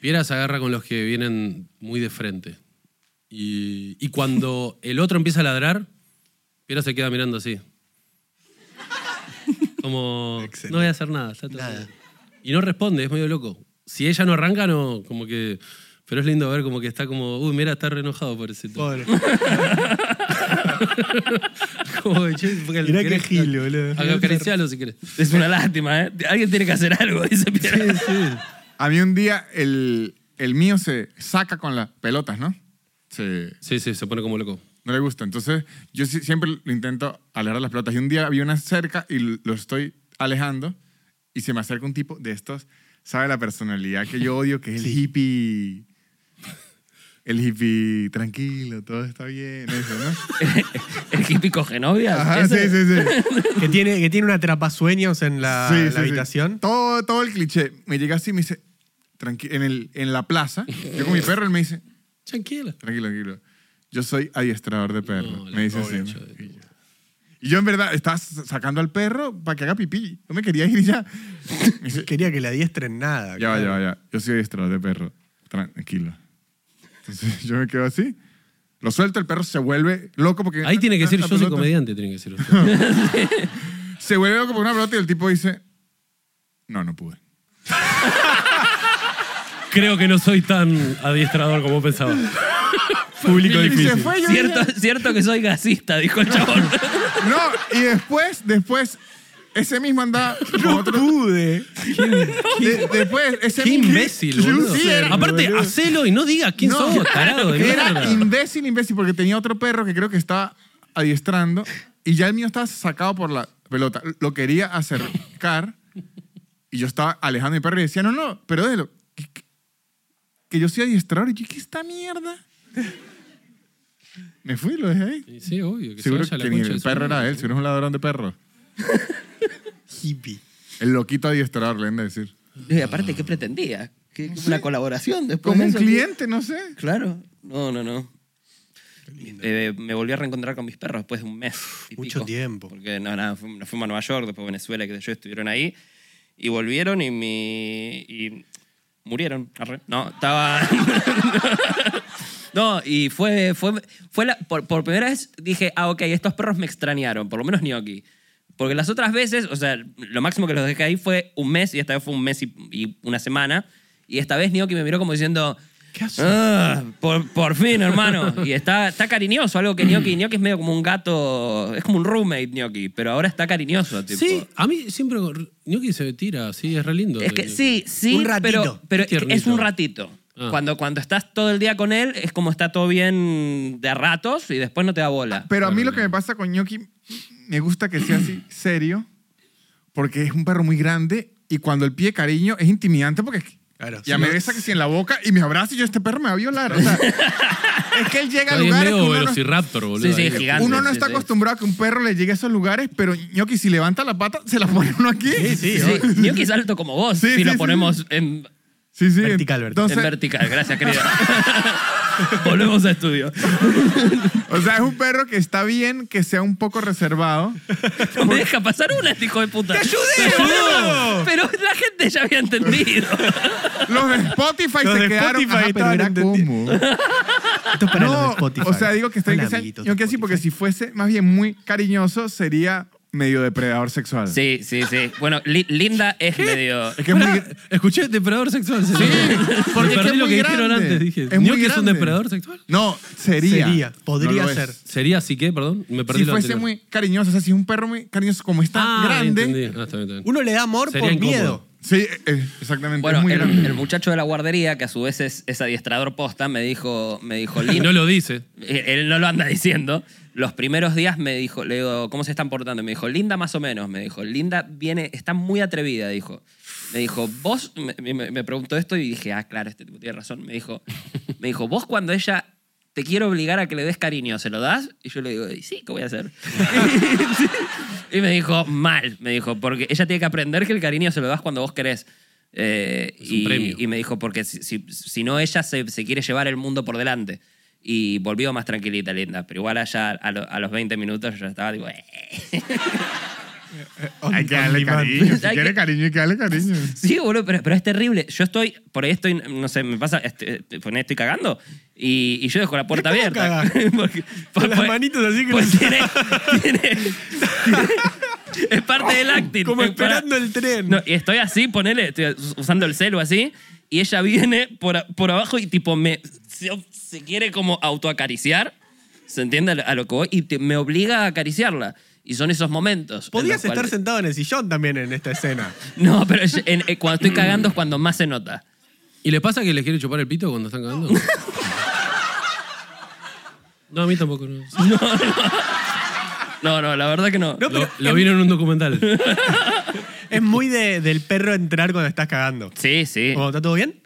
S2: Piera se agarra con los que vienen muy de frente. Y, y cuando el otro empieza a ladrar, Piera se queda mirando así. Como, no voy a hacer nada. está todo bien". Y no responde, es medio loco. Si ella no arranca, no, como que Pero es lindo ver como que está como, uy, mira, está re enojado por ese
S1: Pobre.
S2: Como, che, porque
S1: Mirá qué
S2: querés-
S1: gil, boludo.
S2: ac- Acaricialo si querés.
S4: Es una lástima, ¿eh? Alguien tiene que hacer algo, dice Piero.
S3: A mí un día el, el mío se saca con las pelotas, ¿no? Se,
S2: Sí, sí, se pone como loco.
S3: no le gusta. Entonces, yo sí- siempre lo intento alejar de las pelotas. Y un día vi una cerca y lo estoy alejando y se me acerca un tipo de estos, sabe la personalidad que yo odio, que es el hippie. El hippie tranquilo, todo está bien, eso, ¿no?
S4: El hippie coge novias.
S3: Ajá, sí,
S4: ese.
S3: sí, sí.
S1: Que tiene, que tiene una trapasueños en la,
S3: Sí,
S1: la
S3: sí, sí.
S1: habitación.
S3: Todo, todo el cliché. Me llega así y me dice, tranqui en, el, en la plaza, yo con mi perro, él me dice,
S2: Tranquila.
S3: tranquilo, tranquilo. Yo soy adiestrador de perros.
S2: No, la
S3: me dice así.
S2: pobre,
S3: ¿no?
S2: yo-
S3: Y yo en verdad estaba s- sacando al perro para que haga pipí. No me quería ir ya. Me dice,
S1: Quería que la diestren nada.
S3: ya va, ya
S1: claro.
S3: va, ya. Yo soy adiestrador de perro. Tranquilo. Entonces yo me quedo así. Lo suelto, el perro se vuelve loco porque...
S2: Ahí tiene que decir,
S3: La
S2: yo soy
S3: pelota-
S2: comediante, tiene que decir.
S3: Se vuelve loco por una pelota y el tipo dice, no, no pude.
S2: Creo que no soy tan adiestrador como pensaba. Público
S3: Y- y se
S2: difícil.
S3: fue, yo dije,
S4: Cierto, cierto que soy gasista, dijo el chabón.
S3: No, y después, después, ese mismo andaba. con
S1: No
S3: otro-
S1: pude.
S3: de- después, ese
S2: Qué
S3: mismo-
S2: imbécil,
S3: Sí,
S2: boludo.
S3: sí, era-
S2: Aparte,
S3: boludo.
S2: hacelo y no digas quién
S3: No,
S2: sos, tarado de
S3: Era
S2: mierda.
S3: imbécil, imbécil, porque tenía otro perro que creo que estaba adiestrando y ya el mío estaba sacado por la pelota. Lo quería acercar y yo estaba alejando a mi perro y decía, no, no, pero déjelo. Que, que- que yo soy adiestrador. Y yo, ¿qué esta mierda? Me fui, lo dejé ahí.
S2: Y Sí, obvio, que
S3: Seguro
S2: se vaya a la
S3: que ni
S2: concha de
S3: el
S2: su
S3: perro
S2: madre.
S3: era él, seguro es un ladrón de perros.
S1: Hippie.
S3: El loquito adiestrador, le han de decir.
S4: Y aparte, ¿qué pretendía? ¿Qué- ¿Una colaboración después?
S3: Como
S4: de
S3: un
S4: eso?
S3: cliente, no sé.
S4: Claro. No, no, no. Eh, me volví a reencontrar con mis perros después de un mes. y
S1: Mucho
S4: pico.
S1: tiempo.
S4: Porque no, nada, fu- nos fuimos a Nueva York, después Venezuela, que yo estuvieron ahí. Y volvieron y mi. y murieron. Arre. No, estaba. no, y fue. fue, fue la- por, por primera vez dije, ah, ok, estos perros me extrañaron, por lo menos Gnocchi. Porque las otras veces, o sea, lo máximo que los dejé ahí fue un mes, y esta vez fue un mes y, y una semana. Y esta vez Gnocchi me miró como diciendo.
S1: ¿Qué haces?
S4: "Ah, por, por fin, hermano. Y está, está cariñoso, algo que Gnocchi, Gnocchi es medio como un gato, es como un roommate Gnocchi, pero ahora está cariñoso. Tipo.
S2: Sí, a mí siempre Gnocchi se tira, sí, es re lindo. Eh,
S4: Es que sí, sí,
S1: Un ratito.
S4: pero, pero
S2: Qué tiernito.
S4: es un ratito.
S2: Ah.
S4: Cuando, cuando estás todo el día con él, es como está todo bien de ratos y después no te da bola.
S3: Ah, Pero a mí lo que me pasa con Ñoqui, me gusta que sea así, serio, porque es un perro muy grande y cuando él pide cariño es intimidante porque
S1: Claro,
S3: ya
S1: sí.
S3: me besa que si en la boca y me abraza y yo, este perro me va a violar. o sea, es que él llega a
S2: Ahí es
S3: lugares que
S2: medio
S3: uno no,
S2: velociraptor, boludo.
S4: Sí, sí,
S2: ahí.
S4: es gigante.
S3: uno no
S4: sí,
S3: está
S4: sí.
S3: acostumbrado a que un perro le llegue a esos lugares, pero Ñoqui si levanta la pata, se la pone uno aquí.
S1: Sí, sí.
S4: Sí, Gnocchi es alto como vos,
S3: Sí,
S4: si
S3: sí,
S4: lo
S3: sí,
S4: ponemos en,
S3: Sí, sí.
S1: Vertical, vertical.
S4: en
S3: Entonces,
S4: vertical. Gracias, querido. Volvemos a estudio.
S3: o sea, es un perro que está bien que sea un poco reservado.
S4: No me deja pasar una, este hijo de puta. ¡Te
S1: ayudé, boludo!
S4: Pero la gente ya había entendido.
S3: Los de Spotify
S1: Los
S3: se
S1: de
S3: quedaron.
S1: Spotify
S3: Ajá, pero
S1: estaban
S3: era
S1: entendiendo.
S3: como.
S1: Esto es para los de Spotify.
S3: O sea, digo que está bien
S1: Hola,
S3: que sea
S1: amiguitos de
S3: ñoqui así, porque
S1: Spotify.
S3: si fuese más bien muy cariñoso, sería medio depredador sexual.
S4: Sí, sí, sí. Bueno, Li- Linda es medio.
S3: Es que es muy.
S2: Escuché depredador sexual. Sí,
S3: porque es que
S2: perdí
S3: es
S2: lo
S3: muy
S2: que dijeron
S3: grande.
S2: antes. Dije,
S3: Es muy
S2: ¿Gnocchi es un
S3: grande.
S2: depredador sexual?
S3: No, sería.
S1: Sería, podría
S3: No lo es.
S1: ser.
S2: Sería así que, perdón, me perdí
S3: Si
S2: lo
S3: fuese
S2: anterior.
S3: muy cariñoso, o sea, si es un perro muy cariñoso como está
S2: ah,
S3: grande.
S2: entendí. Ah, está bien, está bien.
S1: Uno le da amor
S2: Sería
S1: por
S2: incómodo.
S1: miedo.
S3: Sí, eh, eh, exactamente. es
S4: Bueno,
S3: muy
S4: el,
S3: grande.
S4: el muchacho de la guardería, que a su vez es, es adiestrador posta, me dijo, me dijo
S2: Y
S4: Linda.
S2: no lo dice.
S4: Eh, Él no lo anda diciendo. Los primeros días me dijo, le digo, ¿cómo se están portando? Me dijo, Linda más o menos, me dijo. Linda viene, está muy atrevida, dijo. Me dijo, vos, me, me- me preguntó esto y dije, ah, claro, este tipo tiene razón. Me dijo, me dijo, vos cuando ella te quiere obligar a que le des cariño, ¿se lo das? Y yo le digo, "Y sí, ¿qué voy a hacer? y me dijo, mal, me dijo, porque ella tiene que aprender que el cariño se lo das cuando vos querés. Eh,
S2: Es un
S4: y-
S2: premio.
S4: y me dijo, porque si, si- si no, ella se, se quiere llevar el mundo por delante. Y volvió más tranquilita, linda. Pero igual allá a, lo- a los 20 minutos yo estaba, digo, eh.
S3: Hay que darle
S1: On demand.
S3: cariño. Si
S4: Hay
S3: quiere
S4: que-
S3: cariño, hay que darle cariño.
S4: Sí, boludo, pero, pero es terrible. Yo estoy, por ahí estoy, no sé, me pasa, este, este, por ahí estoy cagando y, y yo dejo la puerta
S1: ¿Cómo
S4: abierta.
S1: cagás?
S4: Porque-
S1: Con las
S4: pues-
S1: manitos así que
S4: pues
S1: las-
S4: tiene, tiene- es parte del acting.
S1: Como
S4: Es para-
S1: esperando el tren.
S4: No, y estoy así, ponele, estoy us- usando el celu así Y ella viene por, a- por abajo y tipo me... Se, se quiere como autoacariciar. ¿Se entiende a lo- a lo que voy? Y te- me obliga a acariciarla. Y son esos momentos. en
S1: Podías
S4: los cuales-
S1: estar sentado en el sillón también en esta escena.
S4: No, pero es- en- eh, cuando estoy cagando es cuando más se nota.
S2: ¿Y les pasa que les quieren chupar el pito cuando están cagando? No, a mí tampoco. No.
S4: No, no, la verdad que no.
S1: No, pero
S2: Lo, lo vieron en un documental.
S1: es muy de- del perro entrar cuando estás cagando.
S4: Sí, sí.
S1: Como, ¿Está todo bien?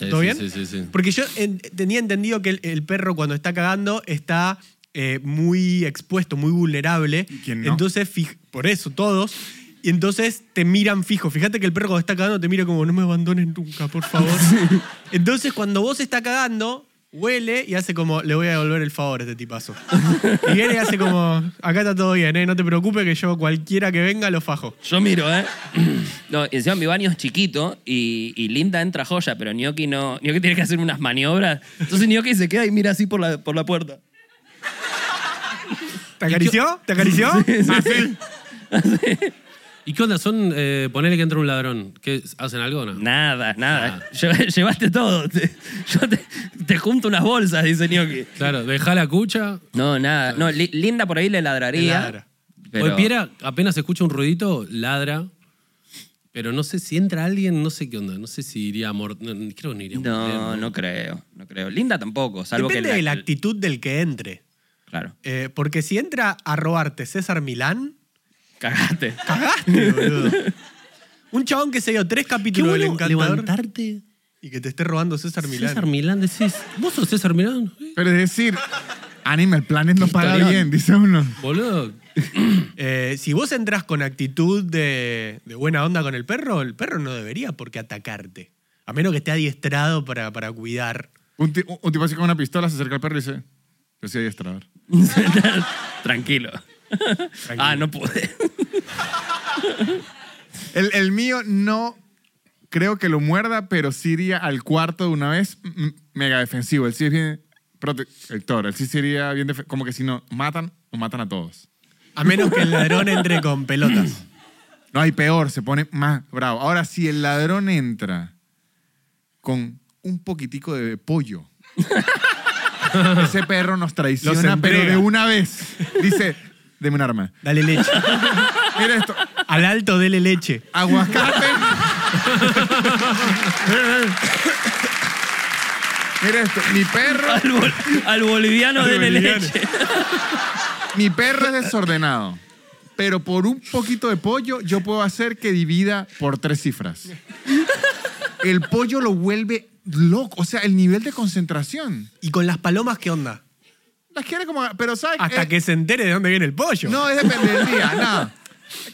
S2: Sí,
S1: ¿Todo
S2: sí,
S1: bien?
S2: sí, sí, sí.
S1: Porque yo en- tenía entendido que el, el perro cuando está cagando está eh, muy expuesto, muy vulnerable.
S3: quién no?
S1: Entonces, fij- por eso todos. Y entonces te miran fijo. Fíjate que el perro cuando está cagando te mira como, no me abandones nunca, por favor. Entonces, cuando vos está cagando, huele y hace como, le voy a devolver el favor a este tipazo. Y viene y hace como, acá está todo bien, ¿eh? no te preocupes que yo cualquiera que venga lo fajo.
S4: Yo miro, ¿eh? No, y encima mi baño es chiquito y, y Linda entra joya, pero Gnocchi no. Gnocchi tiene que hacer unas maniobras. Entonces Gnocchi se queda y mira así por la, por la puerta.
S1: ¿Te acarició? ¿Te acarició? Ah,
S3: Así.
S2: ¿Y qué onda? Son, eh, ponele que entra un ladrón. ¿Qué, ¿Hacen algo o no?
S4: Nada, nada. Lle- Llevaste todo. Te- yo te, te junto unas bolsas, dice Gnocchi.
S2: Claro, dejá la cucha.
S4: No, nada. No, Li- Linda por ahí le ladraría.
S1: Le ladra.
S4: pero-
S2: Hoy Piera apenas escucha un ruidito, ladra. Pero no sé si entra alguien, no sé qué onda. No sé si iría a mor- no, creo que no iría a morder,
S4: No, no creo. No creo. Linda tampoco, salvo
S1: Depende
S4: que.
S1: de la actitud del que entre.
S4: Claro.
S1: Eh, porque si entra a robarte César Milán,
S4: Cagaste.
S1: cagaste, boludo. Un chabón que se dio tres
S2: Qué
S1: capítulos del
S2: bueno
S1: encantador
S2: levantarte.
S1: y que te esté robando César Milán.
S2: César Milán, decís. ¿Vos sos César Milán? Eh,
S3: Pero es decir, Animal Planet no para
S4: Historión.
S3: bien, dice uno.
S2: Boludo.
S1: Eh, si vos entras con actitud de, de buena onda con el perro, el perro no debería por qué atacarte. A menos que esté adiestrado para, para cuidar.
S3: Un, ti- un tipo así con una pistola se acerca al perro y dice, yo soy adiestrador.
S4: Tranquilo. Ah, no pude.
S3: El, el mío no creo que lo muerda, pero sí iría al cuarto de una vez mm, mm, mega defensivo. Él sí es bien protector. Él sí sería bien defe- Como que si no matan, nos matan a todos.
S1: A menos que el ladrón entre con pelotas.
S3: No, hay peor, se pone más bravo. Ahora, si el ladrón entra con un poquitico de pollo, ese perro nos
S1: Los
S3: traiciona,
S1: entrega.
S3: pero de una vez. Dice, deme un arma.
S1: Dale leche.
S3: Mira esto,
S1: Al alto dele leche.
S3: aguacate. Mira esto, mi perro,
S4: Al, bol- al boliviano
S1: Al
S4: de
S1: boliviano.
S4: leche.
S3: mi perro es desordenado. Pero por un poquito de pollo yo puedo hacer que divida por tres cifras. El pollo lo vuelve loco. O sea, el nivel de concentración.
S1: ¿Y con las palomas qué onda?
S3: Las quiere como... Pero ¿sabes?
S1: Hasta
S3: Eh,
S1: que se entere de dónde viene el pollo.
S3: No, es depende del día, nada.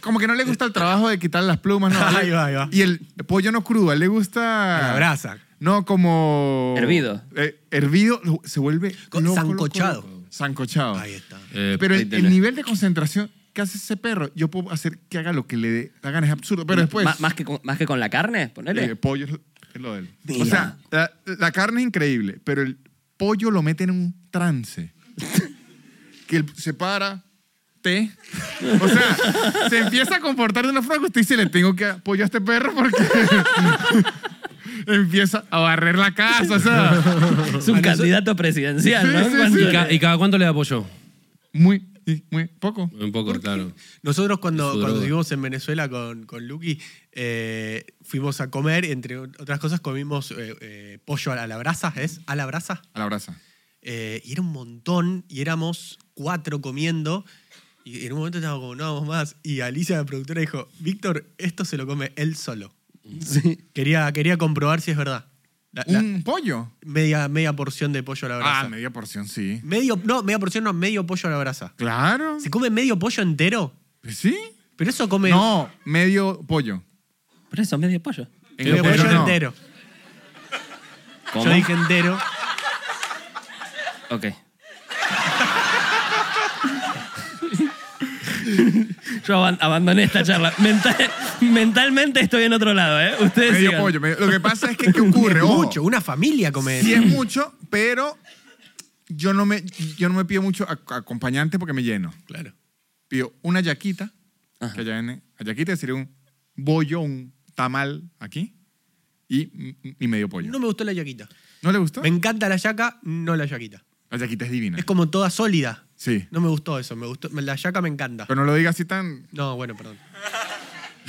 S3: Como que no le gusta el trabajo de quitar las plumas. No,
S1: Ahí va, ahí va.
S3: Y el pollo no crudo, a él le gusta...
S1: La brasa.
S3: No, como...
S4: Hervido.
S3: Eh, hervido, lo- se vuelve...
S1: Con-
S3: loco,
S1: sancochado.
S3: loco, loco. Sancochado.
S1: Ahí está.
S2: Eh,
S3: Pero
S4: Ahí
S3: el,
S4: tenés.
S3: el nivel de concentración que hace ese perro, yo puedo hacer que haga lo que le dé la gana, es absurdo. Pero después...
S4: Má- más, que con, más que con la carne, ponele.
S3: eh, pollo es lo- es lo de él.
S4: Mira.
S3: O sea, la, la carne es increíble, pero el pollo lo mete en un trance. que él se para, te. O sea, se empieza a comportar de una forma que usted dice, le tengo que apoyar a este perro porque empieza a barrer la casa. O sea,
S4: es un candidato presidencial,
S3: Sí,
S4: ¿no?
S3: sí,
S4: Cuando-
S2: ¿Y, ca- y cada cuánto le da apoyo?
S3: muy, muy poco.
S2: Un poco, claro.
S1: Nosotros
S2: Es
S1: cuando,
S2: su
S1: cuando
S2: droga.
S1: estuvimos en Venezuela con, con Luqui, eh, fuimos a comer, entre otras cosas comimos eh, eh, pollo a la brasa, ¿es? A la brasa.
S3: A la brasa.
S1: Eh, y era un montón, y éramos cuatro comiendo, y en un momento estábamos como, no vamos más, y Alicia, la productora, dijo, Víctor, esto se lo come él solo. Quería, quería comprobar si es verdad. La- la
S3: ¿Un pollo?
S1: media, media porción de pollo a la brasa.
S3: Ah, media porción, sí.
S1: medio, no, media porción no, medio pollo a la brasa.
S3: Claro.
S1: ¿Se come medio pollo entero?
S3: ¿Sí?
S1: Pero eso come...
S3: No, medio pollo.
S4: Por eso, medio pollo.
S1: Yo
S3: Entero
S1: dije
S3: no.
S1: entero.
S4: ¿Cómo?
S1: Yo dije entero.
S4: Ok. Yo aban- abandoné esta charla. Mental- mentalmente estoy en otro lado, ¿eh? Ustedes
S3: Medio
S4: sigan.
S3: pollo. medio- Lo que pasa es que, ¿qué ocurre?
S1: Es
S3: Ojo,
S1: mucho, una familia come.
S3: Sí es mucho, pero yo no me, yo no me pido mucho ac- acompañante porque me lleno.
S1: Claro.
S3: Pido una yaquita, que allá en, yaquita sería un bollo, un tamal aquí, y ni medio pollo.
S1: No
S3: No,
S1: me gustó la yaquita.
S3: le gustó?
S1: Me encanta la yaca, no la yaquita.
S3: La yaquita es divina.
S1: Es como toda sólida.
S3: Sí.
S1: No me gustó eso. Me gustó, la yaca me encanta.
S3: Pero no lo digas así tan...
S1: No, bueno, perdón.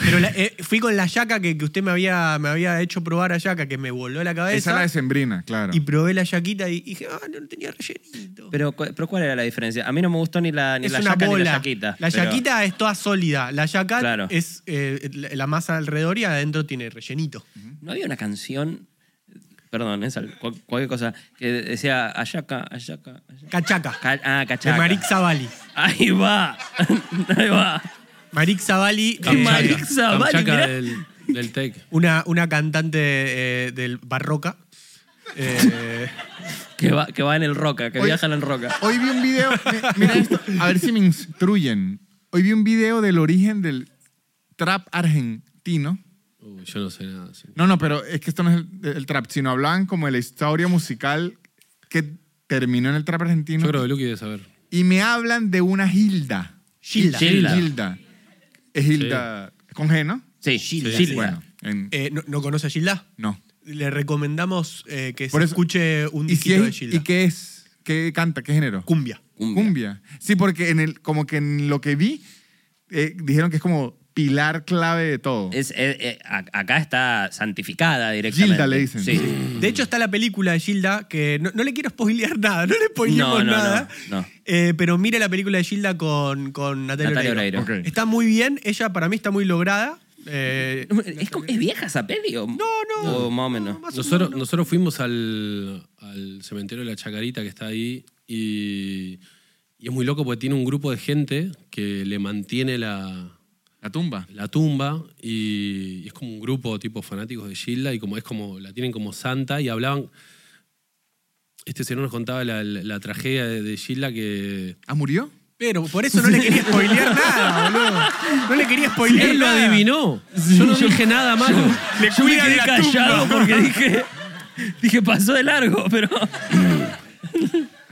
S1: Pero la- eh, fui con la yaca que, que usted me había, me había hecho probar a yaca, que me voló la
S3: Esa es la
S1: cabeza.
S3: de sembrina, claro.
S1: y probé la yaquita y dije, ah, no tenía rellenito.
S4: Pero, cu- pero ¿cuál era la diferencia? A mí no me gustó ni la, ni
S1: es
S4: la
S1: una
S4: yaca
S1: bola.
S4: ni la yaquita.
S1: La
S4: pero-
S1: yaquita es toda sólida. La yaca
S4: Claro.
S1: es eh, la la masa alrededor y adentro tiene rellenito.
S4: ¿No había una canción? Perdón, esa, cual- cualquier cosa. Que decía Ayaca, Ayaca, Ayaca.
S1: Cachaca.
S4: Ca- ah,
S1: de
S4: cachaca.
S1: Marik Zavali.
S4: Ahí va. Ahí va.
S1: Marik Zavali.
S4: Qué
S1: eh,
S4: Marik Zavali,
S2: Kamchatka
S4: mirá.
S2: del, del Tech.
S1: Una, una cantante eh, del barroca. Eh,
S4: Que va, que va en el roca, que
S3: Oye.
S4: viajan en roca.
S3: Hoy vi un video, mi- mira esto, a ver si me instruyen. Hoy vi un video del origen del trap argentino.
S2: Uy, yo no sé nada. sí.
S3: No, no, pero es que esto no es el, el trap, sino hablaban como de la historia musical que terminó en el trap argentino.
S2: Yo creo que Lucky debe saber.
S3: Y me hablan de una Gilda.
S1: Gilda.
S4: Gilda.
S3: Gilda. Es Gilda con G, ¿no?
S4: Sí,
S1: Gilda.
S4: Gilda.
S3: Bueno, en-
S1: eh, ¿no, no conoce a Gilda?
S3: no.
S1: Le recomendamos eh, que
S3: Por
S1: se
S3: eso-
S1: escuche un
S3: ¿Y, si
S1: disquito de
S3: es-
S1: Gilda.
S3: ¿Y qué es? ¿Qué canta? ¿Qué género?
S1: Cumbia.
S4: Cumbia.
S3: Sí, porque en el, como que en lo que vi, eh, dijeron que es como pilar clave de todo.
S4: Es, eh, eh, a- acá está santificada directamente.
S3: Gilda le dicen.
S4: Sí.
S1: De hecho, está la película de Gilda, que no, no le quiero spoilear nada, no le spoileamos
S4: No, no,
S1: nada.
S4: no, no.
S1: Eh, pero mire la película de Gilda con, con Natalia,
S4: Natalia
S1: Oreiro.
S3: Oreiro. Ok.
S1: Está muy bien, ella para mí está muy lograda. Eh,
S4: ¿Es, como- ¿es vieja esa peli? O,
S1: no, no.
S4: O más o menos.
S1: no, más o
S2: Nosotros,
S1: menos.
S2: nosotros fuimos al, al cementerio de la Chacarita que está ahí y, y es muy loco porque tiene un grupo de gente que le mantiene la,
S3: La tumba.
S2: la tumba y, y es como un grupo tipo fanáticos de Gilda y como es como la tienen como santa y hablaban este señor nos contaba la, la- la tragedia de, de Gilda que
S3: ¿Ah, murió?
S1: Pero por eso no le quería spoilear nada, boludo. No le quería spoilear
S2: él lo
S1: nada.
S2: adivinó yo no dije nada malo
S1: Le
S4: Yo me
S1: cuidan
S4: quedé
S1: la
S4: callado
S1: tumba.
S4: porque dije. Dije, pasó de largo, pero.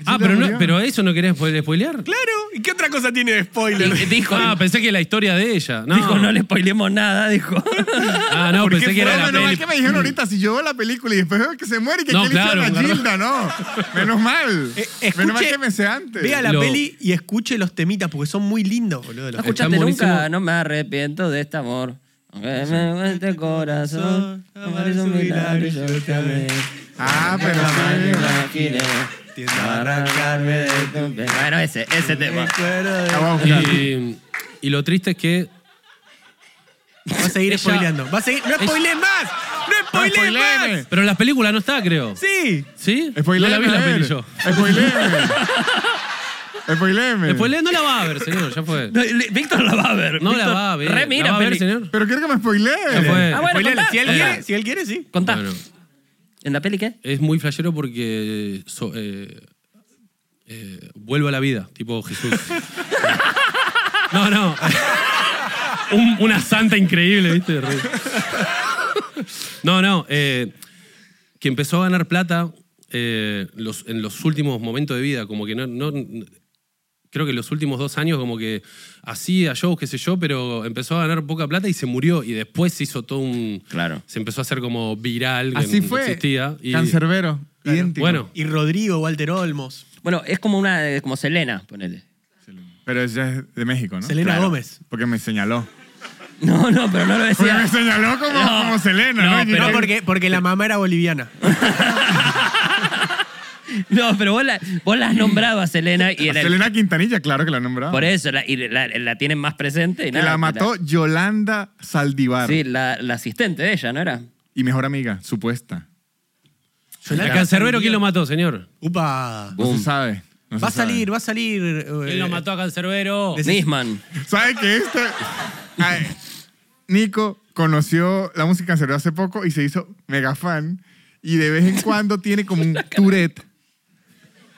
S2: ah pero no, pero eso no querías spoile- spoilear
S1: Claro, ¿y qué otra cosa tiene de spoiler?
S4: di- Dijo,
S2: ah pensé que la historia de ella no
S4: dijo, no le spoilemos nada, dijo.
S2: ah no pensé que era la
S3: menos
S2: peli
S3: mal
S2: Mm.
S3: que me dijeron ahorita si yo veo la película y después veo que se muere y que
S2: No,
S3: ¿qué le hicieron
S2: claro,
S3: a
S2: claro.
S3: Gilda, no. Menos mal.
S1: Eh, escuche-
S3: menos mal que me sé antes.
S1: Vea la
S2: Lo-
S1: peli y escuche los temitas porque son muy lindos, boludo.
S4: No
S1: Los
S2: escucha-
S4: escuchaste
S2: buenísimo.
S4: nunca, no me arrepiento de este amor. Aunque me cueste el corazón, amar es un milagro y yo te amé.
S3: Ah, pero
S4: Nadie
S3: sí.
S4: la quiere, arrancarme de tu piel. Bueno, ese, ese tema.
S1: recuerdos de-
S3: Ah, vamos a buscar.
S2: y, y lo triste es que
S1: Va a seguir
S2: Ella-
S1: spoileando. Va a seguir. ¡No spoileen más! ¡No
S3: No
S1: spoileen
S3: spoileeme.
S1: más!
S2: pero en las películas no está creo
S1: Sí.
S2: sí no
S3: Spoileame,
S2: la vi la
S3: a ver.
S2: peli yo
S3: Spoileame. Spoileame.
S2: Después no la va a ver, señor, ya fue.
S4: No, le- Víctor la va a ver.
S2: No la
S4: Víctor
S2: va a ver.
S4: Re
S2: ¿La va
S4: mira,
S2: a ver,
S4: peli.
S2: señor?
S3: Pero quiero que me spoilee.
S2: Ya fue.
S4: Ah, bueno,
S1: Spoileale.
S4: contá.
S1: Si él,
S4: Contá.
S1: quiere, si él quiere, sí.
S4: Contá.
S2: Bueno.
S4: ¿En la peli qué?
S2: Es muy flashero porque so- eh, eh, vuelve a la vida, tipo Jesús. no, no. Un- una santa increíble, ¿viste? Re- no, no. eh, que empezó a ganar plata eh, los- en los últimos momentos de vida, como que no, no- creo que los últimos dos años como que hacía shows, qué sé yo, pero empezó a ganar poca plata y se murió. Y después se hizo todo un...
S4: Claro.
S2: Se empezó a hacer como viral. que
S3: Así
S2: no
S3: fue.
S2: existía, y-
S3: Cancerbero. Idéntico.
S2: Bueno,
S1: Y Rodrigo, Walter Olmos,
S4: Bueno, es como una, eh, como Selena, ponele.
S3: Pero ella es de México, ¿no?
S1: Selena
S3: Claro.
S1: Gómez.
S3: Porque me señaló.
S4: No, no, pero no lo
S3: Porque
S4: decía.
S3: me señaló como,
S4: No.
S3: como Selena,
S4: No,
S3: ¿no?
S4: pero-
S3: Yo-
S1: No, porque, porque la mamá era boliviana.
S4: No, pero vos la, vos la has nombrado a Selena y
S3: A
S4: en el-
S3: Selena Quintanilla, claro que la nombraba.
S4: por eso la, y la, la tienen más presente. Y
S3: que
S4: nada,
S3: la mató Yolanda Saldivar.
S4: sí, la, la asistente de ella, ¿no era?
S3: Y mejor amiga, supuesta.
S2: ¿el cancerbero quién lo mató, señor?
S3: Eh,
S1: Upa.
S3: No
S4: Boom.
S3: se sabe. no se
S1: Va a
S3: sabe.
S1: salir, va a salir. eh,
S2: ¿Quién lo mató a cancerbero?
S1: Es-
S4: Nisman.
S3: ¿Sabe que este? Ay, Nico conoció la música en serio hace poco y se hizo mega fan. Y de vez en cuando tiene como un tourette.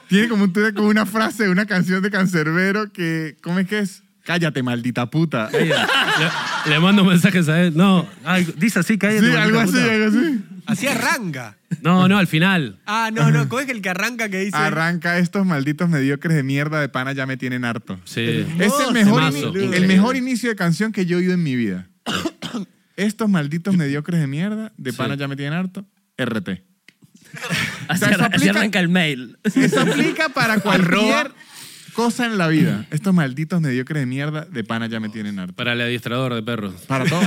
S3: Tiene como un tourette con una frase de una canción de Cancerbero que. ¿Cómo es que es? Cállate, maldita puta. Sí,
S2: Le, le mando mensajes a él. No, ay, dice así, cállate. maldita
S3: algo así,
S2: puta.
S3: algo así.
S1: Así arranca.
S2: No, no, al final.
S1: Ah, no, no. ¿Cómo es el que arranca que dice?
S3: Arranca estos malditos mediocres de mierda de pana, ya me tienen harto.
S2: Sí.
S3: Es
S1: No,
S3: el mejor,
S2: temazo,
S3: ini- el
S2: increíble.
S3: mejor inicio de canción que yo he oído en mi vida. estos malditos mediocres de mierda, de pana
S2: Sí.
S3: ya me tienen harto, RT.
S4: Así,
S3: O sea, eso
S4: arra- así
S3: aplica-
S4: arranca el mail.
S3: Eso aplica para cualquier cosa en la vida. Estos malditos mediocres de mierda, de pana ya me tienen harto.
S2: Para el adiestrador de perros.
S3: Para todo.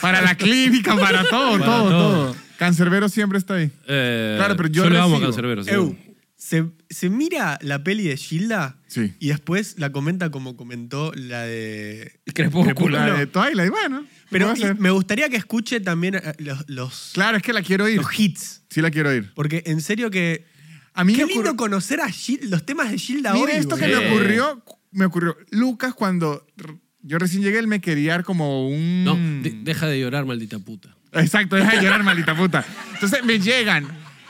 S3: para la clínica, para todo,
S2: Para
S3: todo,
S2: todo.
S3: todo. Cancerbero siempre está ahí.
S2: Eh,
S3: Claro, pero yo
S2: lo amo a
S3: recibo.
S2: Cancerbero. sí.
S1: Ew, se, se mira la peli de Gilda
S3: Sí.
S1: y después la comenta como comentó la de...
S4: Crepúsculo.
S3: La de Twilight, bueno.
S1: Pero
S3: puede
S1: y
S3: ser.
S1: me gustaría que escuche también eh, los, los,
S3: Claro, es que la quiero ir.
S1: los hits.
S3: Sí la quiero ir.
S1: Porque en serio que...
S3: A mí
S1: Qué
S3: me
S1: lindo
S3: ocurrió-
S1: conocer a Gil- los temas de Gilda hoy.
S3: Mira esto que
S1: boludo.
S3: me
S2: Sí.
S3: ocurrió, me ocurrió. Lucas cuando r- yo recién llegué, él me quería dar como un...
S2: No, de- deja de llorar, maldita puta.
S3: Exacto, deja de llorar, maldita puta. Entonces me llegan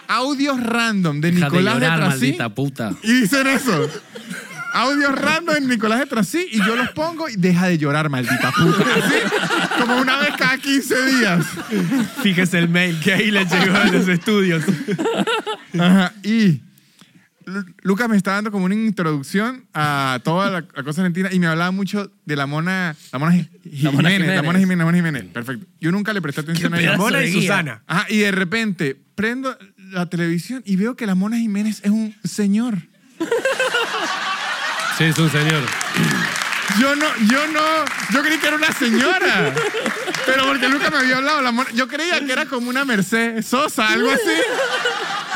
S3: audios random de
S2: Deja
S3: Nicolás
S2: de
S3: de,
S2: llorar,
S3: Trasí
S2: maldita puta.
S3: y dicen eso. Audios random de Nicolás de Trasí y yo los pongo y deja de llorar, maldita puta. Así, como una vez cada 15 días.
S1: Fíjese el mail que ahí le llegó a los estudios.
S3: Ajá, y Lu- Lucas me está dando como una introducción a toda la, la cosa argentina y me hablaba mucho de la mona, la mona Ji- Jiménez,
S4: La
S3: la mona Jiménez,
S4: mona Jiménez.
S3: la mona Jiménez, perfecto. Yo nunca le presté atención a
S4: pedazo
S3: ella.
S1: Mona
S4: de
S1: y
S4: guía.
S1: Susana.
S3: Ajá, y de repente prendo la televisión y veo que la mona Jiménez es un señor.
S2: Sí, es un señor.
S3: Yo no, yo no, yo creí que era una señora. Pero porque Lucas me había hablado, la mona- yo creía que era como una Mercedes Sosa, algo así.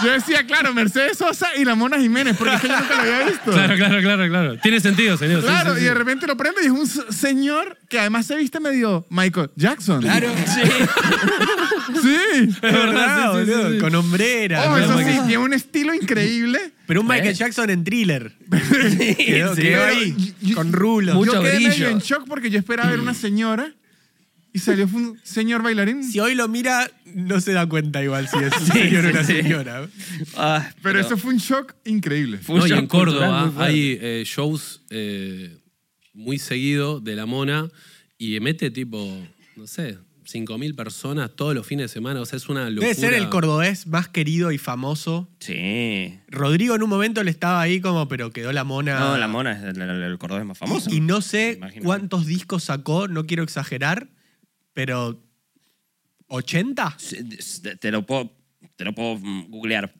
S3: Yo decía, claro, Mercedes Sosa y la mona Jiménez, porque es que yo nunca lo había visto.
S2: Claro, claro, claro, claro. Tiene sentido, señor. sí,
S3: Claro,
S2: sí,
S3: y
S2: sí.
S3: de repente lo prendo y es un s- señor que además se viste medio Michael Jackson. Claro. Sí.
S1: Es
S2: verdad,
S1: verdad,
S2: sí, sí,
S1: boludo,
S2: sí.
S1: Con hombrera.
S3: Oh,
S1: ¿no?
S3: eso sí,
S1: Porque-
S3: tiene un estilo increíble.
S1: Pero un Michael Jackson en thriller. quedó,
S4: sí.
S1: quedó
S3: Pero
S1: ahí,
S3: yo-
S1: con rulos.
S4: Mucho
S3: yo quedé medio
S4: brillo.
S3: en shock porque yo esperaba ver una señora y salió un señor bailarín.
S1: Si hoy lo mira, no se da cuenta igual si es un señor
S4: sí,
S1: o una
S4: sí.
S1: señora.
S4: Ah,
S3: pero eso fue un shock increíble.
S4: fue un
S2: No, y
S4: shock
S2: en
S4: cultural muy
S2: Córdoba
S4: fuerte.
S2: hay eh, shows eh, muy seguido de la mona y mete tipo, no sé, 5.000 personas todos los fines de semana. O sea, es una locura.
S1: Debe ser el cordobés más querido y famoso.
S4: Sí.
S1: Rodrigo en un momento le estaba ahí como, pero quedó la mona.
S4: No, la mona es el, el- el cordobés más famoso.
S1: Y no sé
S4: Imagínate.
S1: cuántos discos sacó, no quiero exagerar, pero ¿80?
S4: Sí, Te te lo puedo, te lo puedo mm, googlear.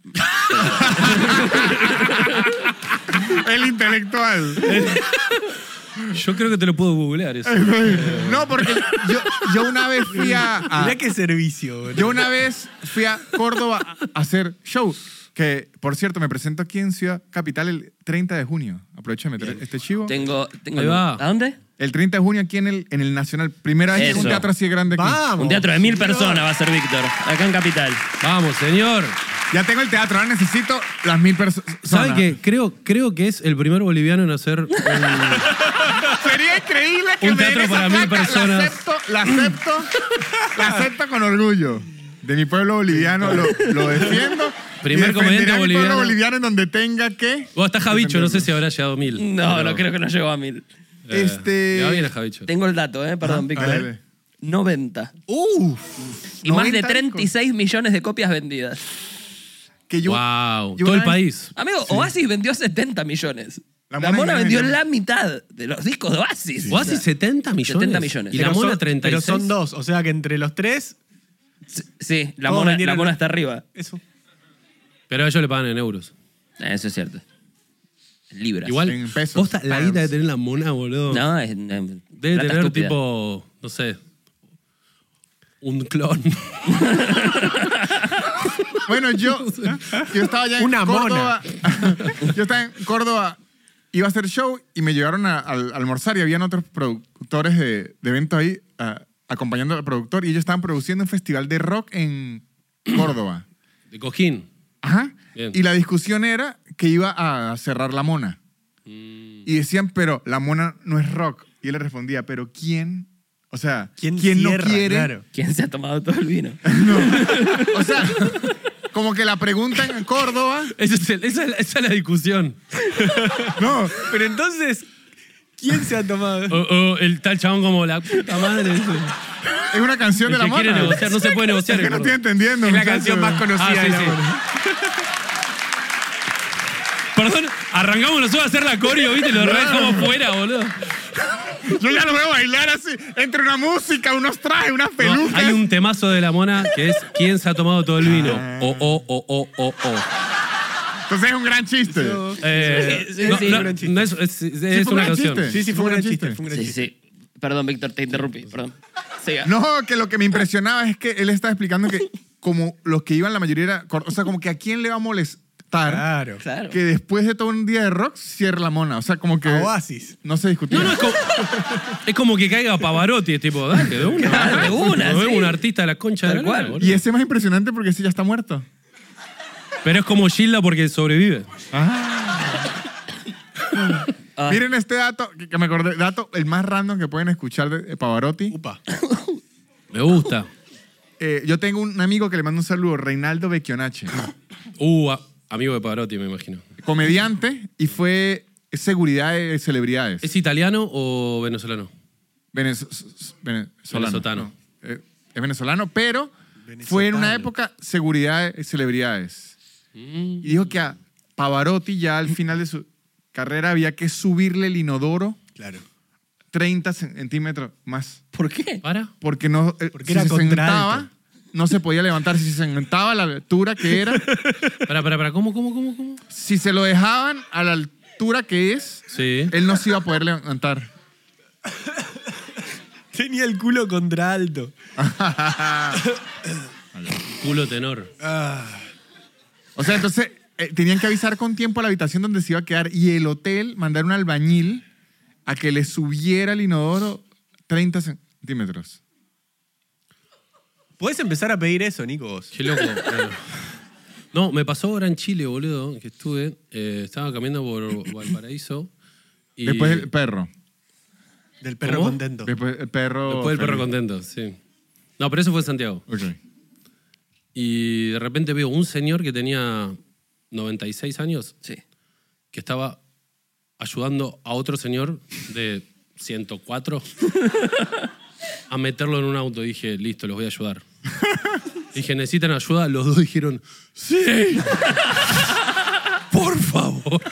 S3: El intelectual.
S2: Yo creo que te lo puedo googlear eso.
S3: No, porque yo, yo una vez fui a- a,
S1: Mirá qué servicio, boludo.
S3: Yo una vez fui a Córdoba a hacer show. Que, por cierto, me presento aquí en Ciudad Capital el 30 de junio. Aprovecho de meter este chivo.
S4: Tengo, tengo
S2: Ahí va.
S4: ¿A dónde?
S3: El 30 de junio aquí en el, en el Nacional. Primera vez en un
S4: Eso.
S3: teatro así de grande aquí.
S1: Vamos.
S4: Un teatro de mil
S1: señor.
S4: personas va a ser Víctor, acá en Capital.
S2: Vamos, señor.
S3: Ya tengo el teatro, ahora necesito las mil perso- personas.
S2: ¿Sabe qué? Creo, creo que es el primer boliviano en hacer un-
S3: Sería increíble que
S2: Un
S3: me den
S2: teatro
S3: esa
S2: para mil
S3: placa.
S2: personas.
S3: La acepto, la acepto, la acepto con orgullo. De mi pueblo boliviano lo, lo defiendo.
S2: Primer
S3: y defenderé
S2: comediante
S3: a mi pueblo
S2: boliviano.
S3: boliviano en donde tenga que.
S2: Vos estás Javicho, no sé si habrá llegado mil.
S4: No,
S2: Pero,
S4: no creo que no llegó a mil.
S2: eh,
S3: Este-
S2: le va bien a Javicho.
S4: Tengo el dato, ¿eh? Perdón,
S3: a ver,
S4: Víctor.
S3: dale.
S4: 90.
S3: Uf.
S4: Y más de
S3: 90 discos.
S4: 36 millones de copias vendidas.
S3: Que yo,
S2: wow.
S3: yo
S2: Todo el
S3: una vez-
S2: país.
S4: Amigo, Oasis vendió 70 millones. La
S3: La
S4: Mona,
S3: Mona Jiménez
S4: vendió
S3: vendió-
S4: la mitad de los discos de Oasis. O
S2: Oasis
S4: sea,
S2: 70 millones.
S4: 70 millones.
S2: Y la
S1: Pero
S2: mona
S1: son-
S2: 36.
S1: Pero son dos, o sea que entre los tres,
S4: Sí, la
S1: Todos
S4: mona, la
S1: vendieron-
S4: mona está arriba.
S1: eso.
S2: Pero a ellos le pagan en euros.
S4: Eh, Eso es cierto. Libras.
S2: Igual,
S3: En pesos.
S2: posta, la
S3: Pounds.
S2: guita de tener la mona, boludo.
S4: No, es. Debe
S2: Debe tener tipo, no sé, un clon.
S3: Bueno, yo, yo estaba ya en
S1: Una
S3: Córdoba. yo estaba en Córdoba, iba a hacer show y me llevaron a, a almorzar y habían otros productores de, de eventos ahí a- acompañando al productor y ellos estaban produciendo un festival de rock en Córdoba.
S2: De cojín.
S3: Ajá.
S2: Bien.
S3: Y la discusión era que iba a cerrar la mona. Y decían, pero la mona no es rock. Y él le respondía, pero ¿quién? O sea,
S1: ¿Quién,
S3: ¿quién, no
S1: cierra?
S3: quiere?
S1: Claro.
S4: ¿Quién se ha tomado todo el vino?
S3: O sea, como que la pregunta en Córdoba.
S2: Esa es, el- esa es la- esa es la discusión.
S3: No,
S1: Pero entonces, ¿quién se ha tomado?
S2: O, o el tal chabón como la puta madre. ese.
S3: Es una canción
S2: El
S3: de la
S2: que quiere
S3: mona.
S2: negociar, no se puede negociar.
S3: Es que no
S2: gordo.
S3: estoy entendiendo.
S1: Es la
S3: muchacho.
S1: canción más conocida
S2: Ah, sí,
S1: de la
S2: sí.
S1: mona.
S2: Perdón, arrancamos nosotros a hacer la coreo, ¿viste? Lo dejamos fuera, boludo.
S3: Yo ya lo veo bailar así, entre una música, unos trajes, unas
S2: No,
S3: pelucas.
S2: hay un temazo de la mona que es ¿Quién se ha tomado todo el vino?
S1: Ah.
S2: O, o, o, o, o, o.
S3: Entonces es un gran chiste.
S2: Eh,
S1: Sí, sí,
S2: no,
S1: sí,
S2: no,
S1: un gran chiste.
S2: no es, es- es
S3: fue un
S2: una
S3: gran
S2: canción.
S3: chiste.
S1: Sí, sí, fue un gran chiste. fue un gran
S4: Sí,
S1: chiste.
S4: sí. Perdón, Víctor, te interrumpí. Perdón. Siga.
S3: No, que lo que me impresionaba es que él estaba explicando que como los que iban la mayoría era, cor- o sea, como que a quién le va a molestar
S1: Claro.
S4: Claro.
S3: que después de todo un día de rock cierre la mona, o sea, como que
S1: A Oasis.
S3: no se discutió.
S2: No, no, es como, es como que caiga Pavarotti, es tipo, dale, de una.
S4: Claro, de una,
S2: Como es
S4: sí.
S2: un artista de la concha de
S4: Tal
S2: la lora,
S4: cual.
S2: boludo.
S3: y ese es más impresionante porque ese ya está muerto.
S2: Pero es como Gilda porque sobrevive.
S4: Ah.
S3: Miren este dato que, que me acordé, dato el más random que pueden escuchar de, de Pavarotti.
S1: Upa.
S2: Me gusta.
S3: Eh, yo tengo un amigo que le mando un saludo, Reinaldo Becchionache,
S2: Uh, a- amigo de Pavarotti, me imagino.
S3: comediante y fue seguridad de celebridades.
S2: ¿Es italiano o venezolano?
S3: Venez- s- s- venezolano.
S2: Venezotano.
S3: No, eh, es venezolano, pero fue en una época seguridad de celebridades. Y dijo que a Pavarotti ya al final de su carrera había que subirle el inodoro
S1: Claro.
S3: 30 centímetros más.
S4: ¿Por qué?
S2: ¿Para?
S3: Porque no eh,
S1: Porque
S3: si
S1: era
S3: se
S1: contralto.
S3: sentaba, no se podía levantar. Si se sentaba a la altura que era,
S2: ¿Para, para, para? ¿Cómo, cómo, cómo, cómo?
S3: si se lo dejaban a la altura que es,
S2: Sí.
S3: él no se iba a poder levantar.
S1: Tenía el culo contra alto.
S2: Culo tenor.
S3: O sea, entonces eh, tenían que avisar con tiempo a la habitación donde se iba a quedar y el hotel mandar un albañil a que le subiera el inodoro 30 centímetros.
S1: Puedes empezar a pedir eso, Nico. vos?
S2: Qué loco. claro. No, me pasó ahora en Chile, boludo, que estuve. eh, estaba caminando por Valparaíso. Y
S3: Después el perro.
S1: Del perro
S2: ¿Cómo?
S1: contento.
S3: Después el perro.
S2: Después el perro
S3: feliz.
S2: contento, sí. No, pero eso fue en Santiago.
S3: Ok.
S2: Y de repente veo un señor que tenía 96 años
S4: Sí.
S2: que estaba ayudando a otro señor de 104 a meterlo en un auto. Dije, listo, los voy a ayudar. Dije, ¿necesitan ayuda? Los dos dijeron, ¡Sí! ¡Por favor!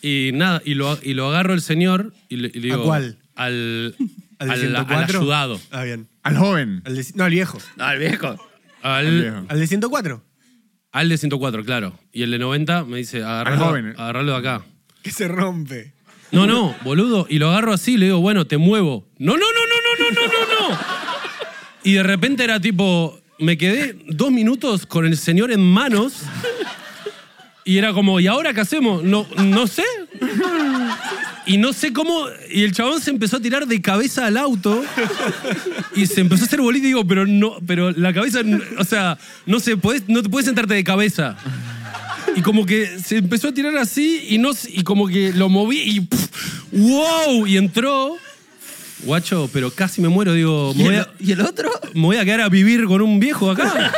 S2: Y nada, y lo, y lo agarro al señor y le, y le
S1: ¿A
S2: digo...
S1: cuál?
S2: Al,
S1: ¿Al de
S2: al- al
S1: 104?
S2: ayudado.
S1: Ah, bien.
S3: Al joven.
S1: Al de- no, al viejo.
S4: No, el viejo.
S2: Al,
S3: viejo.
S1: Al de 104.
S2: al de 104, claro. Y el de 90 me dice,
S3: joven, eh.
S2: agarralo, agarralo de acá.
S1: Que se rompe.
S2: No, no, boludo. Y lo agarro así y le digo, bueno, te muevo. No, no, no, no, no, no, no, no, no. Y de repente era tipo, me quedé dos minutos con el señor en manos. Y era como, ¿y ahora qué hacemos? No, no sé. Y no sé cómo. Y el chabón se empezó a tirar de cabeza al auto. Y se empezó a hacer bolita. Y digo, pero no, pero la cabeza. O sea, no se podés- no te puedes sentarte de cabeza. Y como que se empezó a tirar así y, no, se- y como que lo moví y pff, ¡wow! Y entró. Guacho, pero casi me muero. Digo, me
S4: ¿Y
S2: voy,
S4: el,
S2: a,
S4: y el otro?
S2: me voy a quedar a vivir con un viejo acá.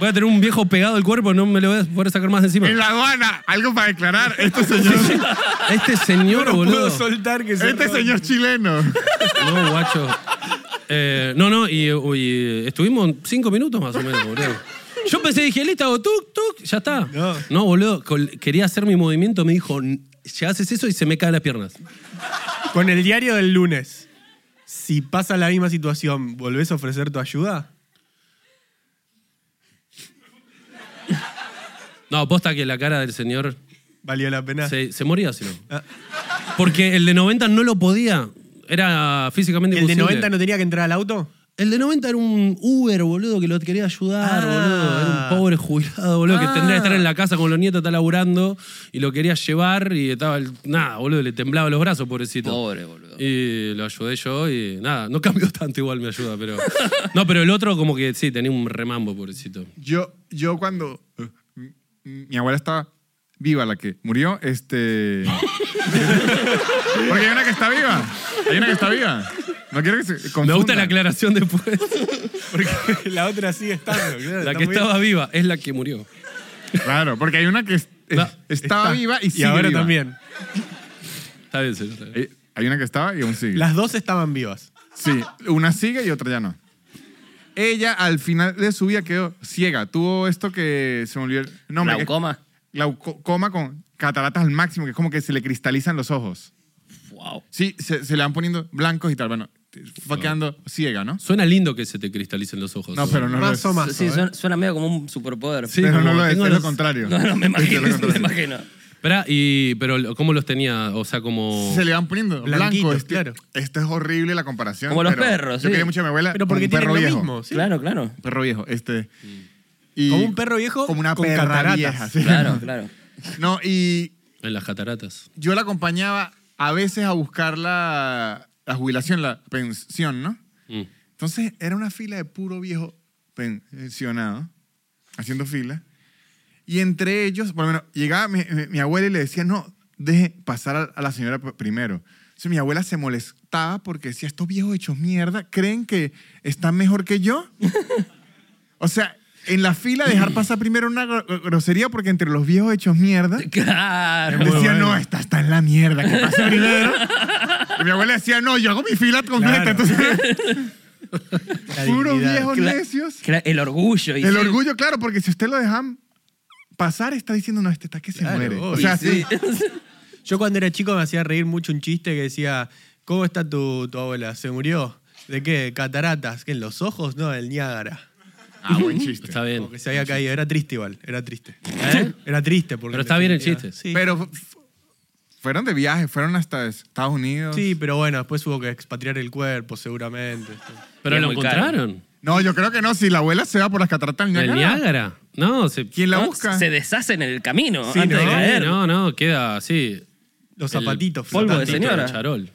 S2: Voy a tener un viejo pegado al cuerpo, no me lo voy a poder sacar más de encima.
S3: En la aduana. Algo para declarar. Este señor,
S2: Este señor,
S1: Puedo
S2: boludo.
S1: soltar que se
S3: este
S1: rompe.
S3: señor chileno.
S2: No, guacho. Eh, no, no, y, y estuvimos cinco minutos más o menos, boludo. Yo pensé, dije, listo, hago tuk, tuk, ya está.
S1: No.
S2: No, boludo, col- quería hacer mi movimiento, me dijo, ya haces eso y se me caen las piernas.
S1: Con el diario del lunes. Si pasa la misma situación, ¿volvés a ofrecer tu ayuda?
S2: No, aposta que la cara del señor
S1: ¿Valió la pena?
S2: se, se moría, si no.
S1: Ah.
S2: Porque el de 90 no lo podía. Era físicamente
S1: ¿El de
S2: imposible.
S1: 90 no tenía que entrar al auto?
S2: El de 90 era un Uber, boludo, que lo quería ayudar,
S1: Ah.
S2: boludo. Era un pobre jubilado, boludo, que tendría que estar en la casa con los nietos, está laburando, y lo quería llevar, y estaba. el- Nada, boludo, le temblaba los brazos, pobrecito.
S4: Pobre, boludo.
S2: Y lo ayudé yo, y nada, no cambió tanto igual mi ayuda, pero. No, pero el otro, como que sí, tenía un remambo, pobrecito.
S3: Yo, yo cuando eh, m- mi abuela estaba viva, la que murió, este. Porque hay una que está viva. Hay una que está viva. No quiero que se confunda.
S2: Me gusta la aclaración después.
S1: Porque la otra sigue estando. claro,
S2: La
S1: está
S2: que
S1: muy bien.
S2: estaba viva es la que murió.
S3: Claro, porque hay una que es- es-
S2: No,
S3: estaba
S1: Está.
S3: viva y sigue
S1: ahora
S3: viva.
S1: también.
S2: Está bien, señor. está bien.
S3: Eh, Hay una que estaba y aún sigue.
S1: Las dos estaban vivas.
S3: Sí, una sigue y otra ya no. Ella al final de su vida quedó ciega. Tuvo esto que se me olvidó el nombre. que es
S4: Glaucoma.
S3: Glaucoma con cataratas al máximo, que es como que se le cristalizan los ojos.
S4: Wow.
S3: Sí, se, se le van poniendo blancos y tal. Bueno, va quedando ciega, ¿no?
S2: Suena lindo que se te cristalicen los ojos.
S3: No, pero no lo
S1: Más
S3: es.
S1: o más. ¿eh?
S4: sí, suena, suena medio como un superpoder.
S2: Sí,
S3: pero
S2: como
S3: no lo es,
S2: tengo
S3: es lo
S2: los-
S3: contrario.
S4: No, no, me imagino.
S3: Es lo
S4: me
S3: contrario.
S4: imagino.
S2: Esperá, y, pero lo- ¿cómo los tenía? O sea, como...
S3: Se le van poniendo
S1: Blanquitos,
S3: blanco. Este,
S1: claro.
S3: este es horrible la comparación.
S4: Como los
S3: pero
S4: perros,
S3: Yo
S4: sí.
S3: quería mucho a mi abuela.
S1: Pero
S3: como
S1: porque
S3: un
S1: tienen
S3: perro
S1: lo
S3: viejo.
S1: mismo. ¿sí?
S4: Claro, claro.
S3: Perro viejo, este. Y
S1: Como un perro viejo
S3: Como una
S1: con
S3: perra
S1: cataratas.
S3: vieja. sí.
S4: Claro, claro.
S3: No, y
S2: En las cataratas.
S3: yo la acompañaba a veces a buscar la, la jubilación, la pensión, ¿no?
S2: Mm.
S3: Entonces era una fila de puro viejo pensionado, haciendo fila. Y entre ellos, por lo menos, llegaba mi, mi- mi abuela y le decía, no, deje pasar a, a la señora pr- primero. Entonces mi abuela se molestaba porque decía, estos viejos hechos mierda, ¿creen que están mejor que yo? o sea, en la fila dejar pasar primero una gro- grosería porque entre los viejos hechos mierda...
S4: Claro.
S3: Decía, no, esta está en la mierda, que pasa primero. y mi abuela decía, no, yo hago mi fila completa.
S1: Claro.
S3: Entonces,
S1: La
S3: puros
S1: dignidad.
S3: viejos
S4: Cla-
S3: necios.
S4: cla- El orgullo. y
S3: El
S4: sí.
S3: orgullo, claro, porque si usted lo dejan pasar, está diciendo, no, este está que se
S1: Claro,
S3: muere. O
S1: obvio,
S3: sea,
S1: sí.
S3: sí.
S1: Yo cuando era chico me hacía reír mucho un chiste que decía, ¿cómo está tu, tu abuela? ¿Se murió? ¿De qué? ¿Cataratas? ¿Qué, ¿En los ojos? No, el Niágara.
S3: Ah, buen chiste.
S2: Está
S1: Como
S2: bien. ¿Eh?
S1: que se había caído. Era triste igual, era triste. Era triste porque...
S2: Pero está bien el chiste.
S1: Sí. Pero,
S3: Pero f- fueron de viaje, fueron hasta Estados Unidos.
S1: sí, pero bueno, después hubo que expatriar el cuerpo seguramente.
S2: Pero
S4: Y es
S2: lo
S4: muy caro.
S2: encontraron.
S3: No, yo creo que no. Si la abuela se va por las cataratas del
S2: ¿En el
S3: Niágara,
S2: Niágara? No, se...
S3: ¿quién la
S4: No,
S3: busca?
S4: Se deshacen en el camino
S1: Sí,
S4: antes
S1: ¿no?
S4: de caer.
S2: No, no, queda así.
S1: Los
S2: El
S1: zapatitos.
S4: polvo de
S1: flotantes.
S2: Tantito
S4: señora.
S2: de charol.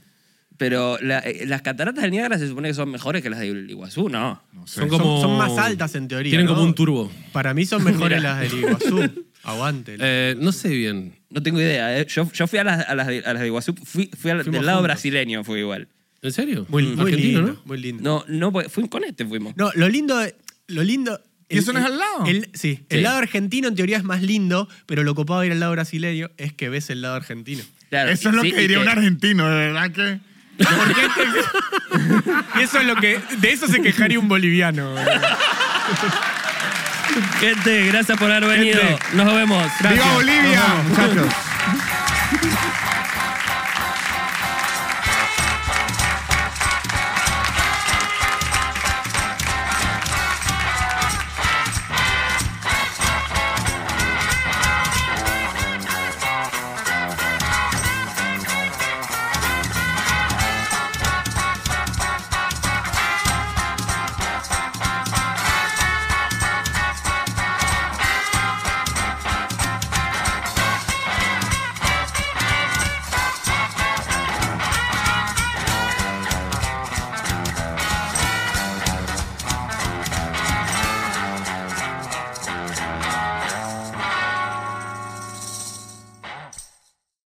S4: Pero la- eh, las cataratas del Niágara se supone que son mejores que las de Iguazú, ¿no?
S3: No sé.
S2: Son como...
S1: son más altas en teoría,
S2: Tienen
S1: ¿no?
S2: como un turbo.
S1: Para mí son mejores
S4: Mira.
S1: las del Iguazú. Aguante.
S2: Eh, no sé bien.
S4: No tengo idea. eh. Yo, yo fui a las, a las de, a las de Iguazú, fui, fui al- del
S1: Fuimos
S4: lado
S1: juntos.
S4: brasileño, fui igual.
S2: ¿En serio?
S1: muy,
S2: Mm.
S1: muy
S2: Argentino,
S1: lindo,
S2: ¿no?
S1: muy lindo.
S4: No, no, pues, fui con este fuimos.
S1: No, lo lindo. de- Lo lindo
S3: ¿Y eso no es al lado?
S1: el- sí,
S4: Sí.
S1: el lado argentino en teoría es más lindo, pero lo copado de ir al lado brasileño es que ves el lado argentino.
S4: Claro,
S3: Eso es lo
S4: sí,
S3: que
S4: y
S3: diría
S4: te-
S3: un argentino, de verdad que.
S1: Y eso es lo que. De eso se quejaría un boliviano.
S4: Gente, gracias por haber venido. Nos vemos.
S3: ¡Viva Bolivia, muchachos!